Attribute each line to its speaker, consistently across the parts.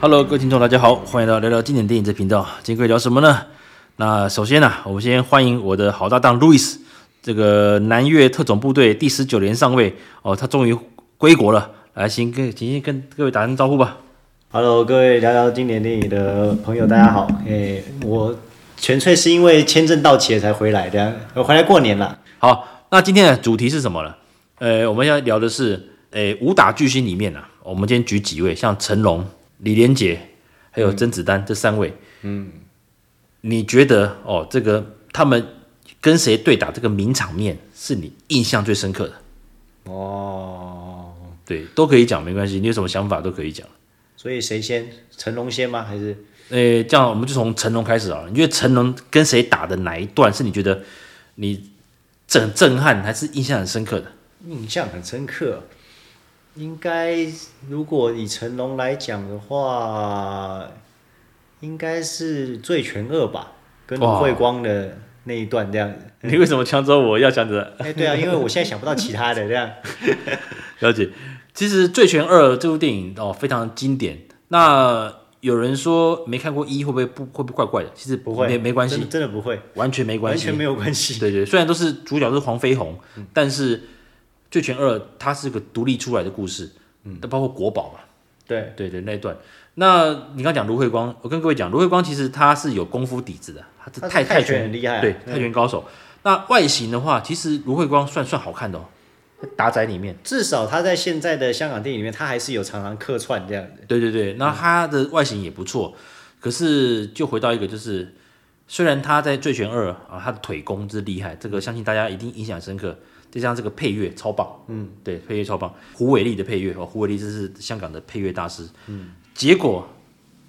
Speaker 1: Hello，各位听众，大家好，欢迎来到聊聊经典电影这频道。今天可以聊什么呢？那首先呢、我们先欢迎我的好搭档 Louis，这个南越特种部队第十九连上尉哦，他终于归国了。来，先跟先跟各位打声招呼吧。
Speaker 2: Hello，各位聊聊经典电影的朋友，大家好。诶、我纯粹是因为签证到期了才回来的，我回来过年了。
Speaker 1: 好，那今天的主题是什么呢？呃，我们要聊的是，呃，武打巨星里面啊，我们今天举几位，像成龙、李连杰，还有甄子丹、这三位。嗯，你觉得哦，这个他们跟谁对打这个名场面是你印象最深刻的？
Speaker 2: 哦，
Speaker 1: 对，都可以讲，没关系，你有什么想法都可以讲。
Speaker 2: 所以谁先？成龙先吗？还是
Speaker 1: 呃，这样我们就从成龙开始啊。你觉得成龙跟谁打的哪一段是你觉得你震震撼，还是印象很深刻的？
Speaker 2: 印象很深刻？应该如果以成龙来讲的话，应该是《醉拳二》吧，跟
Speaker 1: 哇
Speaker 2: 卢慧光的那一段这样子。
Speaker 1: 你为什么抢走我要想着
Speaker 2: 哎、对啊，因为我现在想不到其他的这样。
Speaker 1: 了解。其实《醉拳二》这部电影哦非常经典。那有人说没看过一会不会不会不会怪怪的？其实
Speaker 2: 不会，
Speaker 1: 没没关
Speaker 2: 真
Speaker 1: 系
Speaker 2: 的，真的不会，
Speaker 1: 完全没关
Speaker 2: 完
Speaker 1: 系，
Speaker 2: 全没有关系。嗯
Speaker 1: 对对，虽然都是主角是黄飞鸿，但是《醉拳二》它是个独立出来的故事，嗯，包括国宝嘛，
Speaker 2: 对，
Speaker 1: 对对那一段。那你刚讲卢慧光，我跟各位讲，卢慧光其实他是有功夫底子的，他是
Speaker 2: 他是
Speaker 1: 泰
Speaker 2: 泰
Speaker 1: 拳
Speaker 2: 拳很厉害啊
Speaker 1: 对泰拳高手。那外形的话，其实卢慧光算算好看的哦，在打仔里面。
Speaker 2: 至少他在现在的香港电影里面，他还是有常常客串这样子。
Speaker 1: 对对对，那他的外形也不错，可是就回到一个，就是虽然他在《醉拳二》啊，他的腿功之厉害，这个相信大家一定印象深刻。再加上这个配乐超棒，嗯，对，配乐超棒，胡伟立的配乐哦，胡伟立这是香港的配乐大师，嗯，结果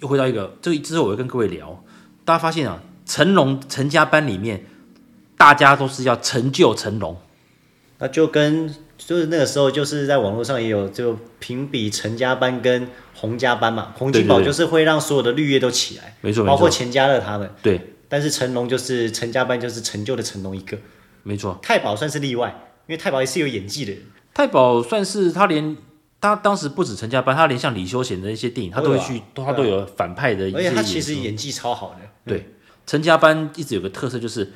Speaker 1: 又回到一个，这个之后我会跟各位聊，大家发现啊，成龙成家班里面，大家都是要成就成龙，
Speaker 2: 那就跟就是那个时候，就是在网络上也有就评比陈家班跟洪家班嘛，洪金宝
Speaker 1: 对对对
Speaker 2: 就是会让所有的绿叶都起来，
Speaker 1: 没错没
Speaker 2: 包括
Speaker 1: 错，
Speaker 2: 钱嘉乐他们。
Speaker 1: 对，
Speaker 2: 但是成龙就是陈家班，就是成就了成龙一个，
Speaker 1: 没错，
Speaker 2: 太保算是例外，因为太保也是有演技的人。
Speaker 1: 太保算是他连他当时不止陈家班，他连像李修贤的一些电影，他都会
Speaker 2: 都有
Speaker 1: 去
Speaker 2: 啊，
Speaker 1: 他都有反派的一
Speaker 2: 而
Speaker 1: 些
Speaker 2: 且他
Speaker 1: 演
Speaker 2: 其实嗯
Speaker 1: 出。
Speaker 2: 演技超好的，
Speaker 1: 对，陈家班一直有个特色就是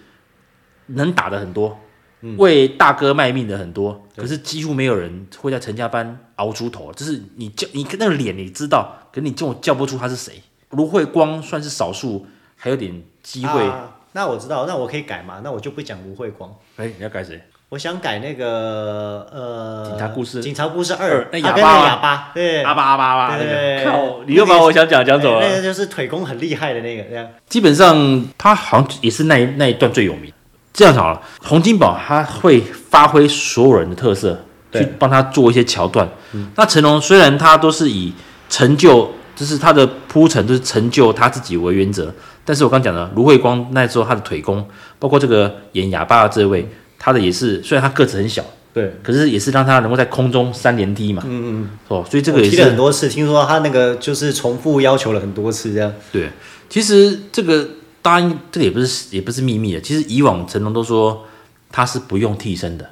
Speaker 1: 能打的很多，
Speaker 2: 嗯
Speaker 1: 为大哥卖命的很多，可是几乎没有人会在陈家班熬出头。就是你叫你看那个脸，你知道，可你就叫不出他是谁。卢慧光算是少数还有点机会。
Speaker 2: 啊那我知道，那我可以改嘛？那我就不讲吴慧光，
Speaker 1: 哎、你要改谁？
Speaker 2: 我想改那个呃，
Speaker 1: 警察故事
Speaker 2: 警察故事二
Speaker 1: 二，那
Speaker 2: 啊
Speaker 1: 哑
Speaker 2: 跟
Speaker 1: 巴
Speaker 2: 那
Speaker 1: 啊
Speaker 2: 个哑巴，对，
Speaker 1: 阿巴阿巴阿巴
Speaker 2: 对
Speaker 1: 那个，
Speaker 2: 对
Speaker 1: 靠！
Speaker 2: 对
Speaker 1: 你又把我想讲讲走
Speaker 2: 哎
Speaker 1: 了
Speaker 2: 那。个就是腿功很厉害的那个，这样
Speaker 1: 基本上他好像也是那一那一段最有名。这样好了，洪金宝他会发挥所有人的特色，
Speaker 2: 对嗯
Speaker 1: 去帮他做一些桥段。那成龙虽然他都是以成就，就是他的铺陈都是成就他自己为原则，但是我刚讲了，卢慧光那时候他的腿功，包括这个演哑巴的这位，他的也是虽然他个子很小，
Speaker 2: 对，
Speaker 1: 可是也是让他能够在空中三连踢嘛。
Speaker 2: 嗯嗯，
Speaker 1: 哦，所以这
Speaker 2: 我
Speaker 1: 个也
Speaker 2: 踢
Speaker 1: 是
Speaker 2: 了很多次，听说他那个就是重复要求了很多次，这样
Speaker 1: 对，其实这个当然这个也不是也不是秘密的。啊其实以往成龙都说他是不用替身的，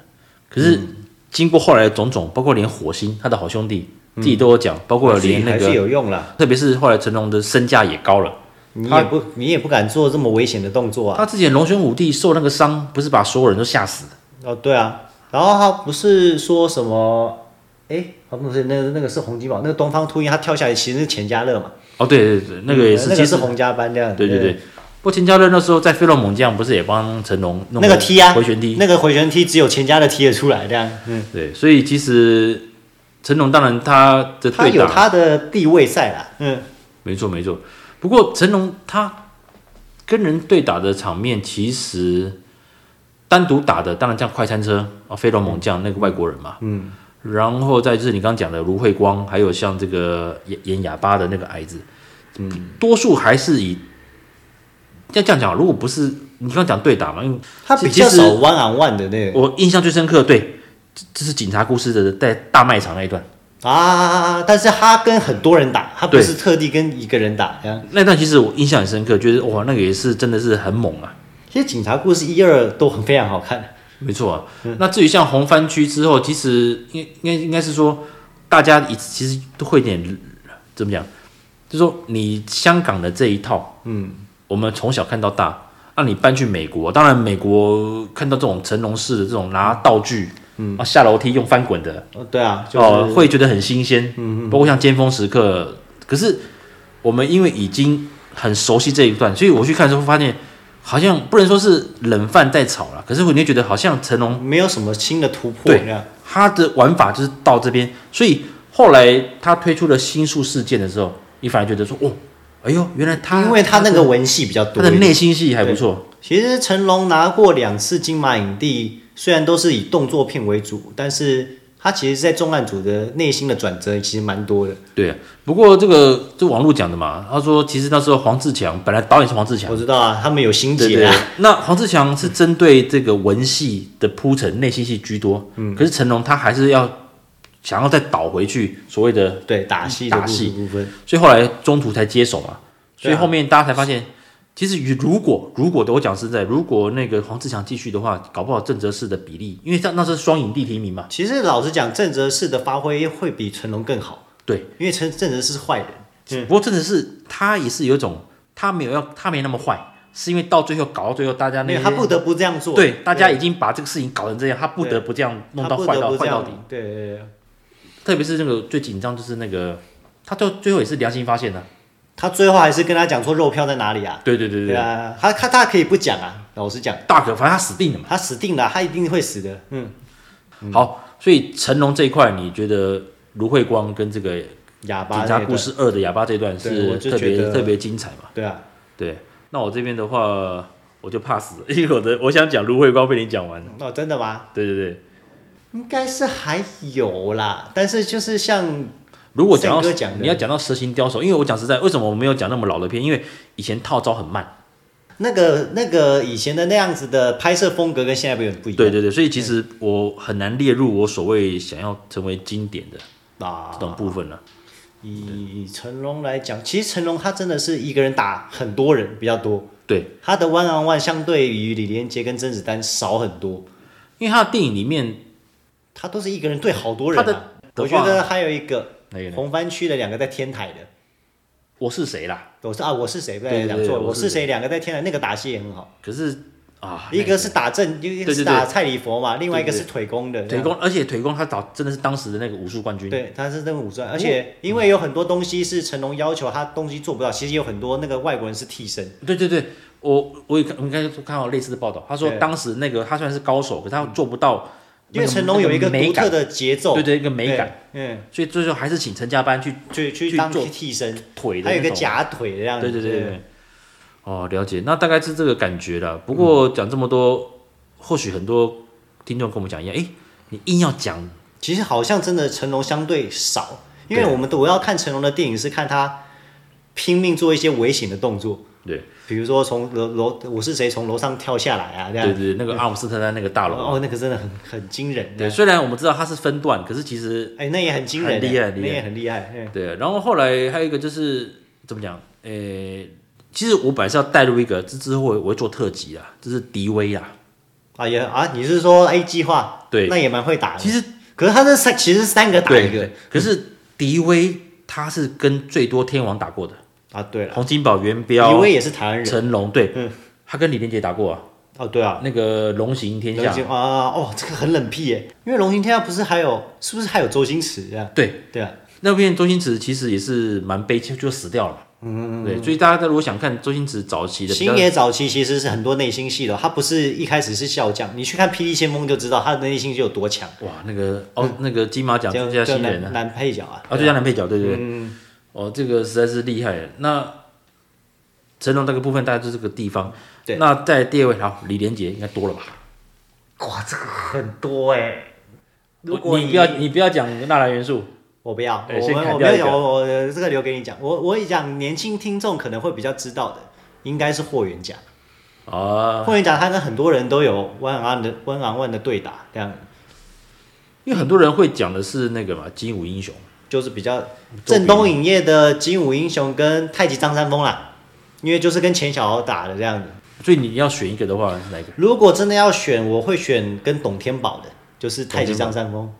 Speaker 1: 可是经过后来的种种，包括连火星他的好兄弟自己都有讲，包括连那
Speaker 2: 嗯还是
Speaker 1: 个，
Speaker 2: 有用啦。
Speaker 1: 特别是后来成龙的身价也高了。
Speaker 2: 你
Speaker 1: 他
Speaker 2: 也不你也不敢做这么危险的动作啊。
Speaker 1: 他之前龙兄虎弟受那个伤，不是把所有人都吓死？
Speaker 2: 哦，对啊，然后他不是说什么？哎，哦不是，那个那个是洪金宝，那个东方秃鹰他跳下来其实是钱嘉乐嘛，
Speaker 1: 哦，对对对，那个也是，
Speaker 2: 嗯那
Speaker 1: 其
Speaker 2: 个
Speaker 1: 实
Speaker 2: 是洪家班这样，
Speaker 1: 对对对。不过钱嘉乐那时候在《飞龙猛将》不是也帮成龙弄
Speaker 2: 那个踢啊，
Speaker 1: 回旋踢？
Speaker 2: 那个回旋踢只有钱嘉乐踢得出来这样，嗯，
Speaker 1: 对，所以其实成龙当然他的
Speaker 2: 他
Speaker 1: 对
Speaker 2: 有
Speaker 1: 打
Speaker 2: 他的地位在啦，嗯，
Speaker 1: 没错没错。不过成龙他跟人对打的场面，其实单独打的，当然像快餐车啊，飞龙猛将那个外国人嘛，嗯，然后再就是你刚刚讲的卢慧光，还有像这个演演哑巴的那个矮子，嗯，多数还是以要这样讲，啊如果不是你刚刚讲对打嘛，因为
Speaker 2: 他比较
Speaker 1: 其实
Speaker 2: 少 one on one 的那个
Speaker 1: 我印象最深刻，对，这这是警察故事的在大卖场那一段。
Speaker 2: 啊，但是他跟很多人打，他不
Speaker 1: 对
Speaker 2: 是特地跟一个人打。这样
Speaker 1: 那段其实我印象很深刻，觉得哇，那个也是真的是很猛啊。
Speaker 2: 其实警察故事一二都很非常好看，
Speaker 1: 没错、啊。那至于像红番区之后，其实应应该应该是说，大家一其实都会有点怎么讲，就说你香港的这一套，
Speaker 2: 嗯，
Speaker 1: 我们从小看到大，那、你搬去美国，当然美国看到这种成龙式的这种拿道具，嗯，啊下楼梯用翻滚的，
Speaker 2: 哦，对啊，就是、
Speaker 1: 哦，会觉得很新鲜。嗯嗯，包括像尖峰时刻，可是我们因为已经很熟悉这一段，所以我去看的时候发现，好像不能说是冷饭在炒了，可是我就觉得好像成龙
Speaker 2: 没有什么新的突破，
Speaker 1: 对
Speaker 2: 这样，
Speaker 1: 他的玩法就是到这边，所以后来他推出了新宿事件的时候，你反而觉得说，哦，哎呦，原来他
Speaker 2: 因为他那个文戏比较
Speaker 1: 他
Speaker 2: 多
Speaker 1: 的
Speaker 2: 一点。
Speaker 1: 内心戏还不错，
Speaker 2: 其实成龙拿过两次金马影帝，虽然都是以动作片为主，但是他其实，在重案组的内心的转折其实蛮多的。
Speaker 1: 对啊。不过这个这网络讲的嘛，他说其实那时候黄志强本来导演是黄志强。
Speaker 2: 我知道啊，他们有心
Speaker 1: 对
Speaker 2: 结
Speaker 1: 对
Speaker 2: 啊，，
Speaker 1: 那黄志强是针对这个文戏的铺陈，内心戏居多。嗯，可是成龙他还是要想要再倒回去所谓的，
Speaker 2: 对打戏的
Speaker 1: 打戏
Speaker 2: 部分，
Speaker 1: 所以后来中途才接手嘛。所
Speaker 2: 对
Speaker 1: 以
Speaker 2: 啊
Speaker 1: 后面大家才发现，其实如果如果的，我讲实在，如果那个黄志强继续的话，搞不好郑则仕的比例，因为像那时候双影帝提名嘛，
Speaker 2: 其实老实讲，郑则仕的发挥会比成龙更好。
Speaker 1: 对，
Speaker 2: 因为郑郑则仕是坏人，
Speaker 1: 不过郑则仕他也是有一种，他没有要他没那么坏，是因为到最后搞到最后，大家那
Speaker 2: 因为
Speaker 1: 些
Speaker 2: 他不得不这样做。
Speaker 1: 对大家已经把这个事情搞成这样，他不得不这样弄
Speaker 2: 他
Speaker 1: 到
Speaker 2: 不
Speaker 1: 坏
Speaker 2: 得
Speaker 1: 到
Speaker 2: 不这
Speaker 1: 坏到
Speaker 2: 样
Speaker 1: 底。。
Speaker 2: 对对对，对
Speaker 1: 特别是那个最紧张就是那个，他最后最后也是良心发现的、
Speaker 2: 他最后还是跟他讲说肉票在哪里啊？
Speaker 1: 对对对
Speaker 2: 对啊，他他他可以不讲啊，老实讲，
Speaker 1: 大可反正他死定了嘛。
Speaker 2: 他死定了，他一定会死的。嗯，
Speaker 1: 好，所以成龙这一块，你觉得卢慧光跟这个《
Speaker 2: 哑巴
Speaker 1: 警察
Speaker 2: 那
Speaker 1: 故
Speaker 2: 个，
Speaker 1: 事二》的哑巴这段
Speaker 2: 对
Speaker 1: 是
Speaker 2: 我就
Speaker 1: 特别
Speaker 2: 觉得
Speaker 1: 特别精彩嘛？
Speaker 2: 对啊，
Speaker 1: 对，那我这边的话我就 pass，了因为我的我想讲卢慧光被你讲完了。
Speaker 2: 哦，真的吗？
Speaker 1: 对对对，
Speaker 2: 应该是还有啦，但是就是像
Speaker 1: 如果讲到
Speaker 2: 胜哥讲的
Speaker 1: 你要讲到《蛇形刁手》，因为我讲实在，为什么我没有讲那么老的片？因为以前套招很慢。
Speaker 2: 那个那个以前的那样子的拍摄风格跟现在有点不一样。
Speaker 1: 对对对，所以其实我很难列入我所谓想要成为经典的
Speaker 2: 啊
Speaker 1: 这，种部分了。
Speaker 2: 以成龙来讲，其实成龙他真的是一个人打很多人比较多，
Speaker 1: 对，
Speaker 2: 他的 one on one 相对于李连杰跟甄子丹少很多，
Speaker 1: 因为他的电影里面
Speaker 2: 他都是一个人对好多人、啊。
Speaker 1: 他的
Speaker 2: 我
Speaker 1: 的话
Speaker 2: 觉得还有一个
Speaker 1: 那个呢
Speaker 2: 红番区的两个在天台的，
Speaker 1: 我是谁啦？
Speaker 2: 我是啊我是谁不
Speaker 1: 对
Speaker 2: 对，
Speaker 1: 对
Speaker 2: 讲
Speaker 1: 对
Speaker 2: 错了，
Speaker 1: 我
Speaker 2: 我
Speaker 1: 是
Speaker 2: 是
Speaker 1: 谁
Speaker 2: 谁两个在天台那个打戏也很好，
Speaker 1: 可是啊，
Speaker 2: 一个
Speaker 1: 是
Speaker 2: 是打正，一个
Speaker 1: 对对
Speaker 2: 是打
Speaker 1: 对
Speaker 2: 蔡礼佛嘛，另外一个
Speaker 1: 对
Speaker 2: 是腿功的这
Speaker 1: 腿
Speaker 2: 样。
Speaker 1: 功，而且腿功他找真的是当时的那个武术冠军。
Speaker 2: 对，他是那个武
Speaker 1: 哦
Speaker 2: 专，而且因为有很多东西是成龙要求他东西做不到，其实有很多那个外国人是替身，
Speaker 1: 对对对，我我也看，我应该看到类似的报道，他说
Speaker 2: 对
Speaker 1: 当时那个他虽然是高手，可是他做不到那
Speaker 2: 因
Speaker 1: 个、
Speaker 2: 为成龙有一
Speaker 1: 个
Speaker 2: 个独特
Speaker 1: 的
Speaker 2: 的节奏，
Speaker 1: 对对一个美感，
Speaker 2: 对，嗯，
Speaker 1: 所以最后还是请陈家班去
Speaker 2: 去去
Speaker 1: 去
Speaker 2: 当
Speaker 1: 做
Speaker 2: 替身，
Speaker 1: 腿的
Speaker 2: 还有
Speaker 1: 那
Speaker 2: 一个
Speaker 1: 种
Speaker 2: 假腿的样子，
Speaker 1: 对对对对对。哦，了解，那大概是这个感觉了。不过
Speaker 2: 嗯
Speaker 1: 讲这么多，或许很多听众跟我们讲一样，诶，你硬要讲，
Speaker 2: 其实好像真的成龙相对少，因为
Speaker 1: 对
Speaker 2: 我们都我要看成龙的电影是看他拼命做一些危险的动作，
Speaker 1: 对
Speaker 2: 比如说从楼楼我是谁从楼上跳下来啊这样
Speaker 1: 对，对，那个阿姆斯特丹那个大楼嘛，
Speaker 2: 哦那个真的很很惊人，
Speaker 1: 对，，虽然我们知道它是分段，可是其实
Speaker 2: 哎那也很惊人，
Speaker 1: 很厉害很厉
Speaker 2: 那
Speaker 1: 害
Speaker 2: 也很厉害，嗯
Speaker 1: 对，啊然后后来还有一个就是怎么讲？呃、其实我本来是要带入一个，之之后我会做特辑啊，就是迪威啊。
Speaker 2: 啊也啊你是说 A 计划
Speaker 1: 对
Speaker 2: 那也蛮会打的，
Speaker 1: 其实
Speaker 2: 可是他那三其实三个打一个
Speaker 1: 可是迪威他是跟最多天王打过的，
Speaker 2: 啊对了，
Speaker 1: 洪金宝、元
Speaker 2: 李
Speaker 1: 彪、
Speaker 2: 威也是台湾人
Speaker 1: 成龙，对，
Speaker 2: 嗯
Speaker 1: 他跟李连杰打过啊，
Speaker 2: 哦对啊。
Speaker 1: 那个龙行天
Speaker 2: 龙
Speaker 1: 下，
Speaker 2: 行啊哦，这个很冷僻耶，因为龙行天下不是还有是不是还有周星驰这样？
Speaker 1: 对，
Speaker 2: 对啊，
Speaker 1: 那片周星驰其实也是蛮悲切，就死掉了。嗯，对，所以大家如果想看周星驰早期的，比
Speaker 2: 星
Speaker 1: 较
Speaker 2: 爷早期其实是很多内心戏的，他不是一开始是笑匠，你去看《霹雳先锋》就知道他的内心戏有多强，
Speaker 1: 哇，那个哦，那个金马奖最佳
Speaker 2: 就
Speaker 1: 新人啊
Speaker 2: 男，男配角啊，
Speaker 1: 啊，最佳男配角，对对对，哦，这个实在是厉害了。那成龙那个部分大概就是这个地方，
Speaker 2: 对
Speaker 1: 那在第二位，好，李连杰应该多了吧？
Speaker 2: 哇，这个很多哎、如果
Speaker 1: 你不要你不要讲纳兰元素，
Speaker 2: 我不要，
Speaker 1: 对
Speaker 2: 我
Speaker 1: 先
Speaker 2: 们
Speaker 1: 砍
Speaker 2: 我
Speaker 1: 掉
Speaker 2: 没
Speaker 1: 一个
Speaker 2: 有，我我这个留给你讲，我我讲年轻听众可能会比较知道的，应该是霍元甲，
Speaker 1: 啊，
Speaker 2: 霍元甲他跟很多人都有温昂的温昂万的对打，这样
Speaker 1: 因为很多人会讲的是那个嘛，精武英雄，
Speaker 2: 就是比较正东影业的精武英雄跟太极张三丰啦，因为就是跟钱小豪打的这样子。
Speaker 1: 所以你要选一个的话是哪一个？
Speaker 2: 如果真的要选，我会选跟董天宝的，就是太极张三丰。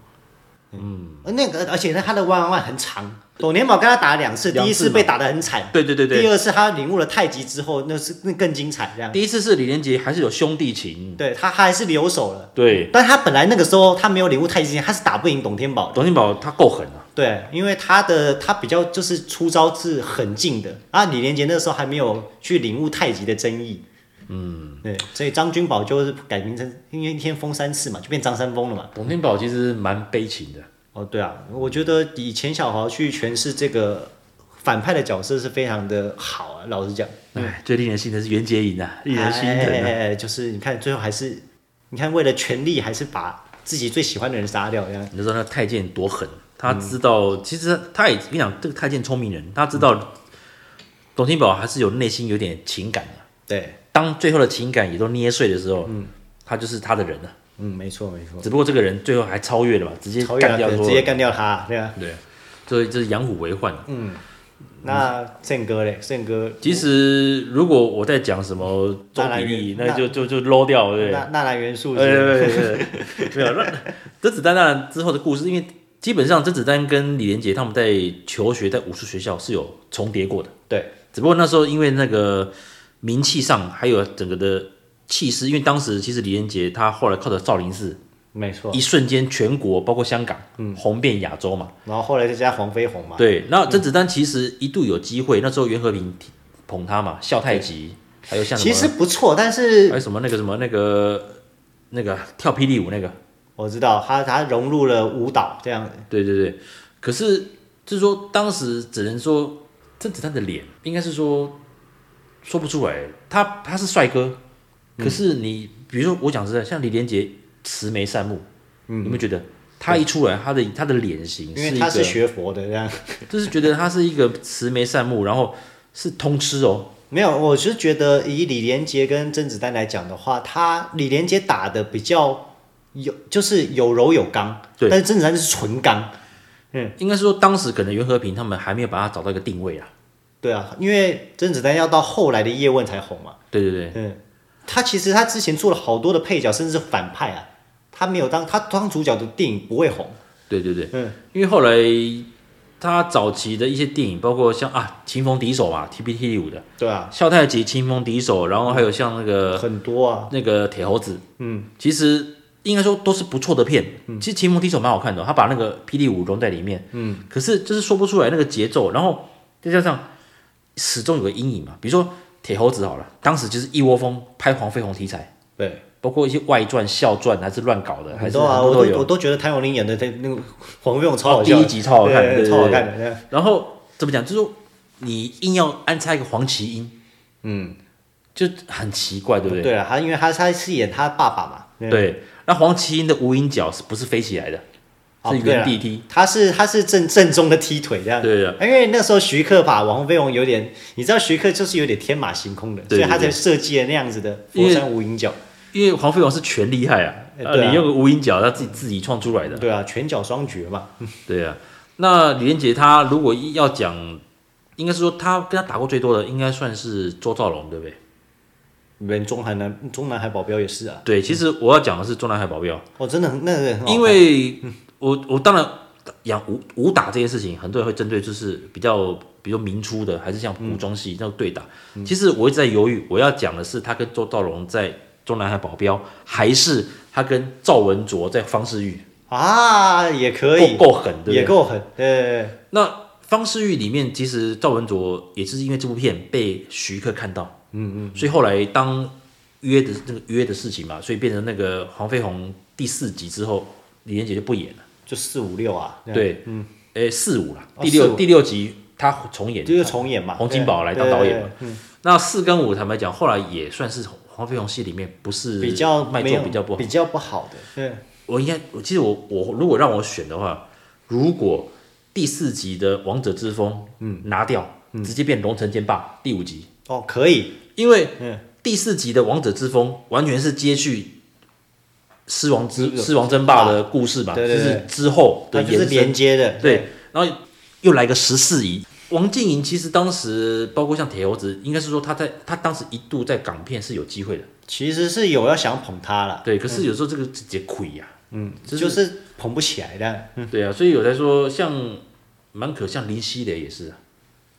Speaker 2: 嗯，那个而且呢，他的弯弯弯很长，董年宝跟他打了两次，
Speaker 1: 两次
Speaker 2: 第一次
Speaker 1: 嘛
Speaker 2: 被打得很惨，
Speaker 1: 对对对
Speaker 2: 第
Speaker 1: 对，
Speaker 2: 二次他领悟了太极之后，那是那更精彩这样。
Speaker 1: 第一次是李连杰还是有兄弟情，
Speaker 2: 对他他还是留守了，
Speaker 1: 对，
Speaker 2: 但他本来那个时候他没有领悟太极之前，他是打不赢董天宝的。
Speaker 1: 董天宝他够狠啊，
Speaker 2: 对，因为他的他比较就是出招是很近的啊，李连杰那时候还没有去领悟太极的真意。嗯，对，所以张君宝就是改名成，因为一天封三次嘛，就变张三丰了嘛。
Speaker 1: 董天宝其实蛮悲情的，
Speaker 2: 哦，对啊，我觉得以钱小豪去诠释这个反派的角色是非常的好啊，老实讲，
Speaker 1: 哎，最令人心疼是袁洁莹啊，令人心疼啊。
Speaker 2: 哎哎哎就是你看最后还是，你看为了权力还是把自己最喜欢的人杀掉，这样
Speaker 1: 你就知道那太监多
Speaker 2: 嗯
Speaker 1: 狠，他知道，其实他也跟你讲，这个太监聪明人，他知
Speaker 2: 嗯
Speaker 1: 道董天宝还是有内心有点情感的。
Speaker 2: 对，
Speaker 1: 当最后的情感也都捏碎的时候，他就是他的人了。
Speaker 2: 嗯，没错没错，
Speaker 1: 只不过这个人最后还超越了嘛，直接
Speaker 2: 超越
Speaker 1: 干
Speaker 2: 他
Speaker 1: 掉
Speaker 2: 直
Speaker 1: 说，
Speaker 2: 接干掉嗯他，对啊。
Speaker 1: 对，所以这是养虎为患。
Speaker 2: 那郑哥嘞，郑哥，
Speaker 1: 其实如果我在讲什么周比利，
Speaker 2: 嗯那
Speaker 1: 那就就就 low 掉，对不对
Speaker 2: 纳纳兰元素
Speaker 1: 对
Speaker 2: 是
Speaker 1: 对对对，
Speaker 2: 哎
Speaker 1: 对 没有。那甄子丹当然之后的故事，因为基本上甄子丹跟李连杰他们在求学在武术学校是有重叠过的，
Speaker 2: 对
Speaker 1: 只不过那时候因为那个名气上还有整个的气势，因为当时其实李连杰他后来靠着少林寺，
Speaker 2: 没错。
Speaker 1: 一瞬间全国包括香港，
Speaker 2: 嗯
Speaker 1: 红遍亚洲嘛。
Speaker 2: 然后后来再加黄飞鸿嘛，
Speaker 1: 对，那甄子丹其实一度有机会，那时候袁和平捧他嘛，笑太极，还有像什
Speaker 2: 其
Speaker 1: 么，
Speaker 2: 实不错，但
Speaker 1: 还
Speaker 2: 是
Speaker 1: 有什么那个什么那个那个跳霹雳舞那个。
Speaker 2: 我知道他他融入了舞蹈这样子，
Speaker 1: 对对对，可是就是说当时只能说甄子丹的脸，应该是说说不出来，他他是帅哥，
Speaker 2: 嗯
Speaker 1: 可是你、比如说我讲实在，像李连杰慈眉善目，嗯，有没有觉得他一出来，他的他的脸型
Speaker 2: 因
Speaker 1: 是
Speaker 2: 为
Speaker 1: 一
Speaker 2: 他
Speaker 1: 个，
Speaker 2: 是 学佛的这样。
Speaker 1: 就是觉 得他是一个慈眉善目，然后是通吃哦，
Speaker 2: 没有，我是觉得以李连杰跟甄子丹来讲的话，他李连杰打的比较有，就是有柔有刚，
Speaker 1: 对
Speaker 2: 但是甄子丹是纯刚。
Speaker 1: 应该是说当时可能袁和平他们还没有把他找到一个定位啊，
Speaker 2: 对啊，因为甄子丹要到后来的叶问才红嘛。
Speaker 1: 对对对，
Speaker 2: 嗯，他其实他之前做了好多的配角，甚至是反派啊，他没有当他当主角的电影不会红。
Speaker 1: 对对对，
Speaker 2: 嗯，
Speaker 1: 因为后来他早期的一些电影，包括像啊《秦风敌手》嘛，TPT 五的
Speaker 2: 对啊，
Speaker 1: 《笑太极》《秦风敌手》，然后还有像那个
Speaker 2: 很多啊，
Speaker 1: 那个铁猴子，嗯，其实应该说都是不错的片。
Speaker 2: 嗯
Speaker 1: 其实《秦风敌手》蛮好看的，他把那个霹雳舞融在里面，嗯，可是就是说不出来那个节奏，然后再加上始终有个阴影嘛，比如说铁猴子好了，当时就是一窝蜂拍黄飞鸿题材。
Speaker 2: 对，
Speaker 1: 包括一些外传、校传还是乱搞的，呃还
Speaker 2: 很
Speaker 1: 是
Speaker 2: 多啊，
Speaker 1: 很
Speaker 2: 我
Speaker 1: 多
Speaker 2: 都
Speaker 1: 有
Speaker 2: 我都觉得谭咏麟演的他那个黄飞鸿超好
Speaker 1: 哦，第
Speaker 2: 笑
Speaker 1: 一
Speaker 2: 的，
Speaker 1: 集超好看，
Speaker 2: 对
Speaker 1: 对对对
Speaker 2: 超好看的。对
Speaker 1: 然后怎么讲，就是说你硬要安插一个黄麒音，
Speaker 2: 嗯，
Speaker 1: 就很奇怪，对不对？
Speaker 2: 对啊，他因为他他是演他爸爸嘛，对
Speaker 1: 对那黄麒音的无影脚是不是飞起来的？
Speaker 2: 哦
Speaker 1: 是
Speaker 2: 对
Speaker 1: 原
Speaker 2: 啊哎
Speaker 1: 地踢。
Speaker 2: 他是他是正正宗的踢腿这样。啊
Speaker 1: 对啊的，
Speaker 2: 因为那时候徐克把黄飞鸿有点，你知道徐克就是有点天马行空的，
Speaker 1: 对
Speaker 2: 所以他
Speaker 1: 对
Speaker 2: 才
Speaker 1: 对
Speaker 2: 设计了那样子的
Speaker 1: 因
Speaker 2: 佛
Speaker 1: 为
Speaker 2: 山无影脚。
Speaker 1: 因为黄飞鸿是全厉害啊，
Speaker 2: 哎对啊
Speaker 1: 你用个无影脚，他自己自己创出来的。
Speaker 2: 对啊，拳脚双绝嘛。
Speaker 1: 对啊，那李连杰他如果要讲，应该是说他跟他打过最多的，应该算是周兆龙，对不对？
Speaker 2: 连中海南中南海保镖也是啊，
Speaker 1: 对，其实我要讲的是中南海保镖，
Speaker 2: 哦，真的很那个很好看
Speaker 1: 因为我我当然养武武打这件事情，很多人会针对就是比较比如明初的，还是像古装戏那种对打。
Speaker 2: 嗯
Speaker 1: 其实我一直在犹豫，我要讲的是他跟周道龙在《中南海保镖》，还是他跟赵文卓在《方世玉
Speaker 2: 啊也》可以，
Speaker 1: 够够狠，对
Speaker 2: 也
Speaker 1: 不对？
Speaker 2: 够狠，对对对
Speaker 1: 那方世玉里面，其实赵文卓也是因为这部片被徐克看到，嗯嗯，所以后来当约的那个约的事情嘛，所以变成那个黄飞鸿第四集之后，李连杰就不演了。
Speaker 2: 就四五六啊，这样，
Speaker 1: 对，嗯，诶，四五啦，
Speaker 2: 哦
Speaker 1: 第
Speaker 2: 四
Speaker 1: 六
Speaker 2: 五
Speaker 1: 第六集他重演，
Speaker 2: 就是重演嘛，
Speaker 1: 洪金宝来当
Speaker 2: 对
Speaker 1: 导演嘛，
Speaker 2: 对对嗯对
Speaker 1: 那四跟五坦白讲，后来也算是黄飞鸿戏里面不是
Speaker 2: 嗯比较
Speaker 1: 卖
Speaker 2: 没
Speaker 1: 座
Speaker 2: 有
Speaker 1: 比较不好
Speaker 2: 比。较不好的，对，
Speaker 1: 我应该，我其实我我如果让我选的话，如果第四集的王者之风，嗯，拿掉，直接变龙城剑霸第五集，
Speaker 2: 哦，可以，
Speaker 1: 因为
Speaker 2: 嗯
Speaker 1: 第四集的王者之风完全是接续。狮王之
Speaker 2: 狮
Speaker 1: 狮王争霸的故事嘛，
Speaker 2: 对对对
Speaker 1: 就是之后
Speaker 2: 它
Speaker 1: 的
Speaker 2: 就是
Speaker 1: 延伸
Speaker 2: 连接的，
Speaker 1: 对，然后又来个十四姨。王静莹其实当时包括像铁猴子，应该是说她在她当时一度在港片是有机会的，
Speaker 2: 其实是有要想捧他了，
Speaker 1: 对。可是有时候这个直接亏呀、
Speaker 2: 嗯，
Speaker 1: 就是
Speaker 2: 就是捧不起来的。
Speaker 1: 对啊，所以有在说像蛮可像林熙蕾也是啊，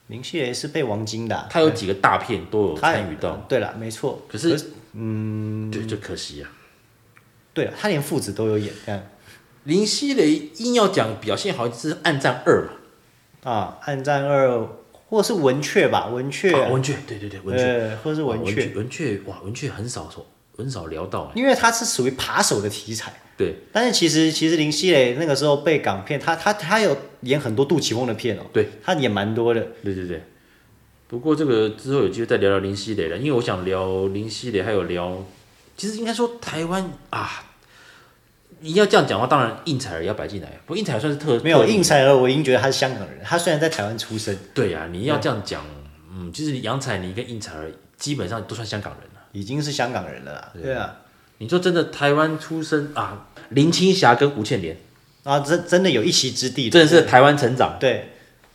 Speaker 2: 林熙蕾是被王晶的啊、
Speaker 1: 他有几个大片都有
Speaker 2: 他也
Speaker 1: 参与到，。
Speaker 2: 对了，没错。
Speaker 1: 可是嗯，对，就可惜啊。
Speaker 2: 对了，他连父子都有演，这样
Speaker 1: 林熙蕾硬要讲表现好是《暗战二》嘛，
Speaker 2: 啊，《暗战二》或是文雀吧，文雀，
Speaker 1: 啊文雀，对对对，文雀，
Speaker 2: 呃，或是
Speaker 1: 哇
Speaker 2: 文雀，，
Speaker 1: 文雀，哇，文雀很少说，很少聊到欸，
Speaker 2: 因为它是属于扒手的题材。
Speaker 1: 对
Speaker 2: 但是其实其实林熙蕾那个时候被港片，她她她有演很多杜琪峰的片哦，
Speaker 1: 对
Speaker 2: 她演蛮多的。
Speaker 1: 对对对。不过这个之后有机会再聊聊林熙蕾了，因为我想聊林熙蕾，还有聊，其实应该说台湾啊，你要这样讲的话，当然应采儿也要摆进来，不过应采儿算是特
Speaker 2: 没有
Speaker 1: 特例
Speaker 2: 应采儿，我已经觉得她是香港人。她虽然在台湾出生，
Speaker 1: 对呀、你要这样讲，嗯，其实杨采妮跟应采儿基本上都算香港人了。
Speaker 2: 已经是香港人了啦。对啊，
Speaker 1: 你说真的，台湾出生啊，林青霞跟吴倩莲，
Speaker 2: 啊，真真的有一席之地
Speaker 1: 真的是台湾成长，
Speaker 2: 对，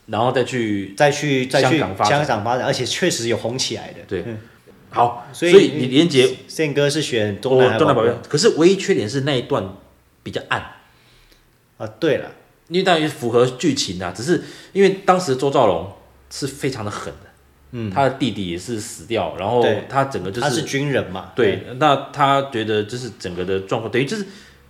Speaker 1: 然后再去
Speaker 2: 再去再去
Speaker 1: 香港发展
Speaker 2: 香港发展，而且确实有红起来的。
Speaker 1: 对，好，所
Speaker 2: 嗯所
Speaker 1: 以
Speaker 2: 以
Speaker 1: 李连杰
Speaker 2: 宪哥是选东
Speaker 1: 我
Speaker 2: 南
Speaker 1: 哦东南
Speaker 2: 保
Speaker 1: 保
Speaker 2: 镖
Speaker 1: 镖，可是唯一缺点是那一段比较暗，
Speaker 2: 啊，对了，
Speaker 1: 因为当然也符合剧情啊，只是因为当时周兆龙是非常的狠的，
Speaker 2: 嗯，
Speaker 1: 他的弟弟也是死掉，然后
Speaker 2: 对
Speaker 1: 他整个就
Speaker 2: 他是军人嘛，
Speaker 1: 对，那他觉得就是整个的状况等于就是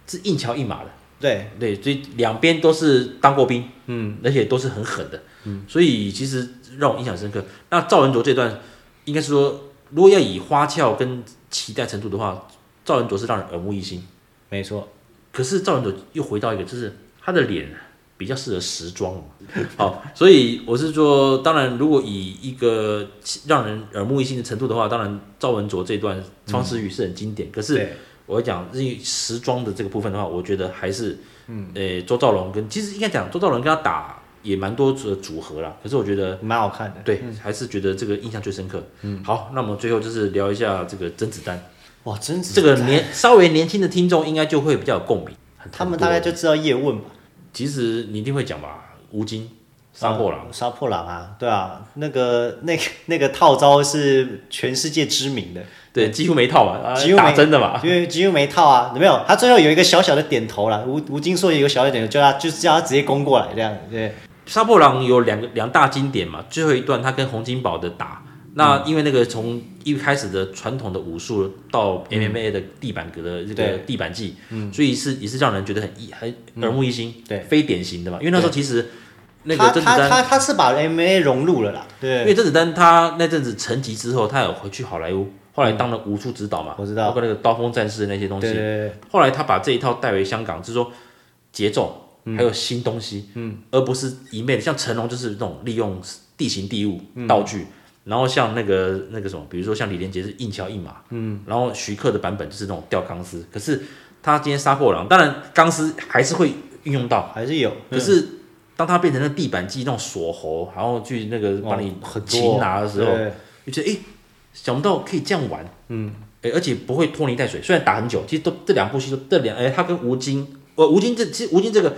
Speaker 1: 是硬桥硬马的。
Speaker 2: 对，
Speaker 1: 对，所以两边都是当过兵，
Speaker 2: 嗯，
Speaker 1: 而且都是很狠的，嗯，所以其实让我印象深刻。那赵仁卓这段，应该是说，如果要以花俏跟期待程度的话，赵仁卓是让人耳目一新。
Speaker 2: 没错，
Speaker 1: 可是赵仁卓又回到一个，就是他的脸比较适合时装嘛， 好，所以我是说，当然如果以一个让人耳目一新的程度的话，当然赵仁卓这段方世玉是很经典，可是
Speaker 2: 对
Speaker 1: 我讲日语时装的这个部分的话，我觉得还是，嗯，呃，周兆龙跟其实应该讲周兆龙跟他打也蛮多的组合啦，可是我觉得
Speaker 2: 蛮好看的。
Speaker 1: 对，还是觉得这个印象最深刻。嗯，好，那我们最后就是聊一下这个甄子丹，
Speaker 2: 哇，真是
Speaker 1: 这个年稍微年轻的听众应该就会比较有共鸣。很
Speaker 2: 他们
Speaker 1: 很多
Speaker 2: 大概就知道叶问吧，
Speaker 1: 其实你一定会讲吧，吴
Speaker 2: 啊
Speaker 1: 京、杀破狼，
Speaker 2: 呃杀破狼啊，对啊，那个那个那个套招是全世界知名的，
Speaker 1: 对，几乎没套嘛，啊
Speaker 2: 几乎
Speaker 1: 打
Speaker 2: 没
Speaker 1: 真的嘛，
Speaker 2: 因为几乎没套啊，没有，他最后有一个小小的点头啦，吴吴京说有一个小小的点头，叫他就是叫他直接攻过来这样，对，
Speaker 1: 杀破狼有两个两大经典嘛，最后一段他跟洪金宝的打，
Speaker 2: 嗯
Speaker 1: 那因为那个从一开始的传统的武术到 MMA 的地板格的这个
Speaker 2: 嗯对嗯
Speaker 1: 地板技，所以是也是让人觉得很异很耳目一新，
Speaker 2: 对
Speaker 1: 非典型的嘛，因为那时候其实那个
Speaker 2: 他
Speaker 1: 甄子
Speaker 2: 他
Speaker 1: 丹，
Speaker 2: 他他是把 M A 融入了啦，
Speaker 1: 因
Speaker 2: 对，
Speaker 1: 为甄子丹他那阵子沉寂之后，他有回去好莱坞，后来当了武术指导嘛，
Speaker 2: 我知道
Speaker 1: 包括那个刀锋战士那些东西，
Speaker 2: 对对对，
Speaker 1: 后来他把这一套带回香港，就是说节奏
Speaker 2: 嗯
Speaker 1: 还有新东西，嗯，而不是一昧的像成龙就是那种利用地形地物、道具，
Speaker 2: 嗯
Speaker 1: 然后像那个那个什么，比如说像李连杰是硬桥硬马，嗯，然后徐克的版本就是那种吊钢丝，可是他今天杀破狼，当然钢丝还是会运用到，
Speaker 2: 还是有，
Speaker 1: 可是。当他变成那地板技那种锁喉，然后去那个
Speaker 2: 嗯
Speaker 1: 把你
Speaker 2: 哦很多
Speaker 1: 擒拿的时候，
Speaker 2: 对
Speaker 1: 就觉得哎、诶想不到可以这样玩，嗯，哎、而且不会拖泥带水，虽然打很久，其实都这两部戏都这两，哎、他跟吴京，呃，吴京这其实吴京这个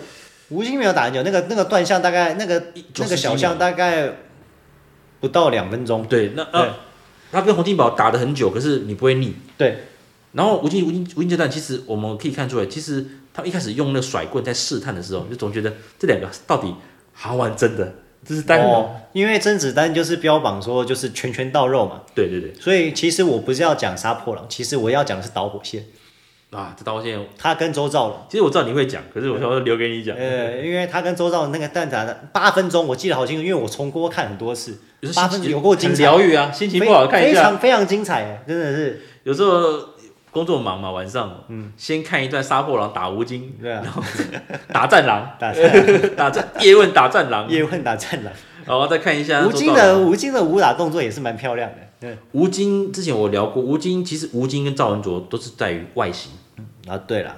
Speaker 2: 吴京没有打很久，那个那个段像大概那个
Speaker 1: 一
Speaker 2: 那个小
Speaker 1: 90秒
Speaker 2: 像大概不到两分钟，
Speaker 1: 对，那那、
Speaker 2: 对
Speaker 1: 他跟洪金宝打的很久，可是你不会腻。
Speaker 2: 对
Speaker 1: 然后吴京吴京吴京这段，其实我们可以看出来，其实他一开始用那个甩棍在试探的时候，就总觉得这两个到底好玩真的，就是单、
Speaker 2: 哦，因为甄子丹就是标榜说就是拳拳到肉嘛，
Speaker 1: 对对对
Speaker 2: 所以其实我不是要讲杀破狼，其实我要讲的是导火线，
Speaker 1: 啊，这刀剑，
Speaker 2: 他跟周兆龙。
Speaker 1: 其实我知道你会讲，可是我想说留给你讲，
Speaker 2: 呃，因为他跟周兆龙那个蛋打的八分钟，我记得好清楚，因为我重播看很多次
Speaker 1: 有时，候
Speaker 2: 八
Speaker 1: 心
Speaker 2: 分
Speaker 1: 情
Speaker 2: 有够
Speaker 1: 很
Speaker 2: 精彩，
Speaker 1: 疗愈啊，心情不好看一
Speaker 2: 非
Speaker 1: 下，
Speaker 2: 常非常精彩，真的是。
Speaker 1: 有时候工作忙嘛，晚上，嗯，先看一段杀破狼打吴京，
Speaker 2: 对啊
Speaker 1: 然后打战狼，
Speaker 2: 打战
Speaker 1: 打战叶问打战 狼，
Speaker 2: 叶问打战狼，
Speaker 1: 然后再看一下
Speaker 2: 吴京
Speaker 1: 周兆
Speaker 2: 的
Speaker 1: 龙
Speaker 2: 吴京的武打动作也是蛮漂亮的，嗯，
Speaker 1: 吴京，之前我聊过，吴京其实吴京跟赵文卓都是在于外形，
Speaker 2: 啊，对了，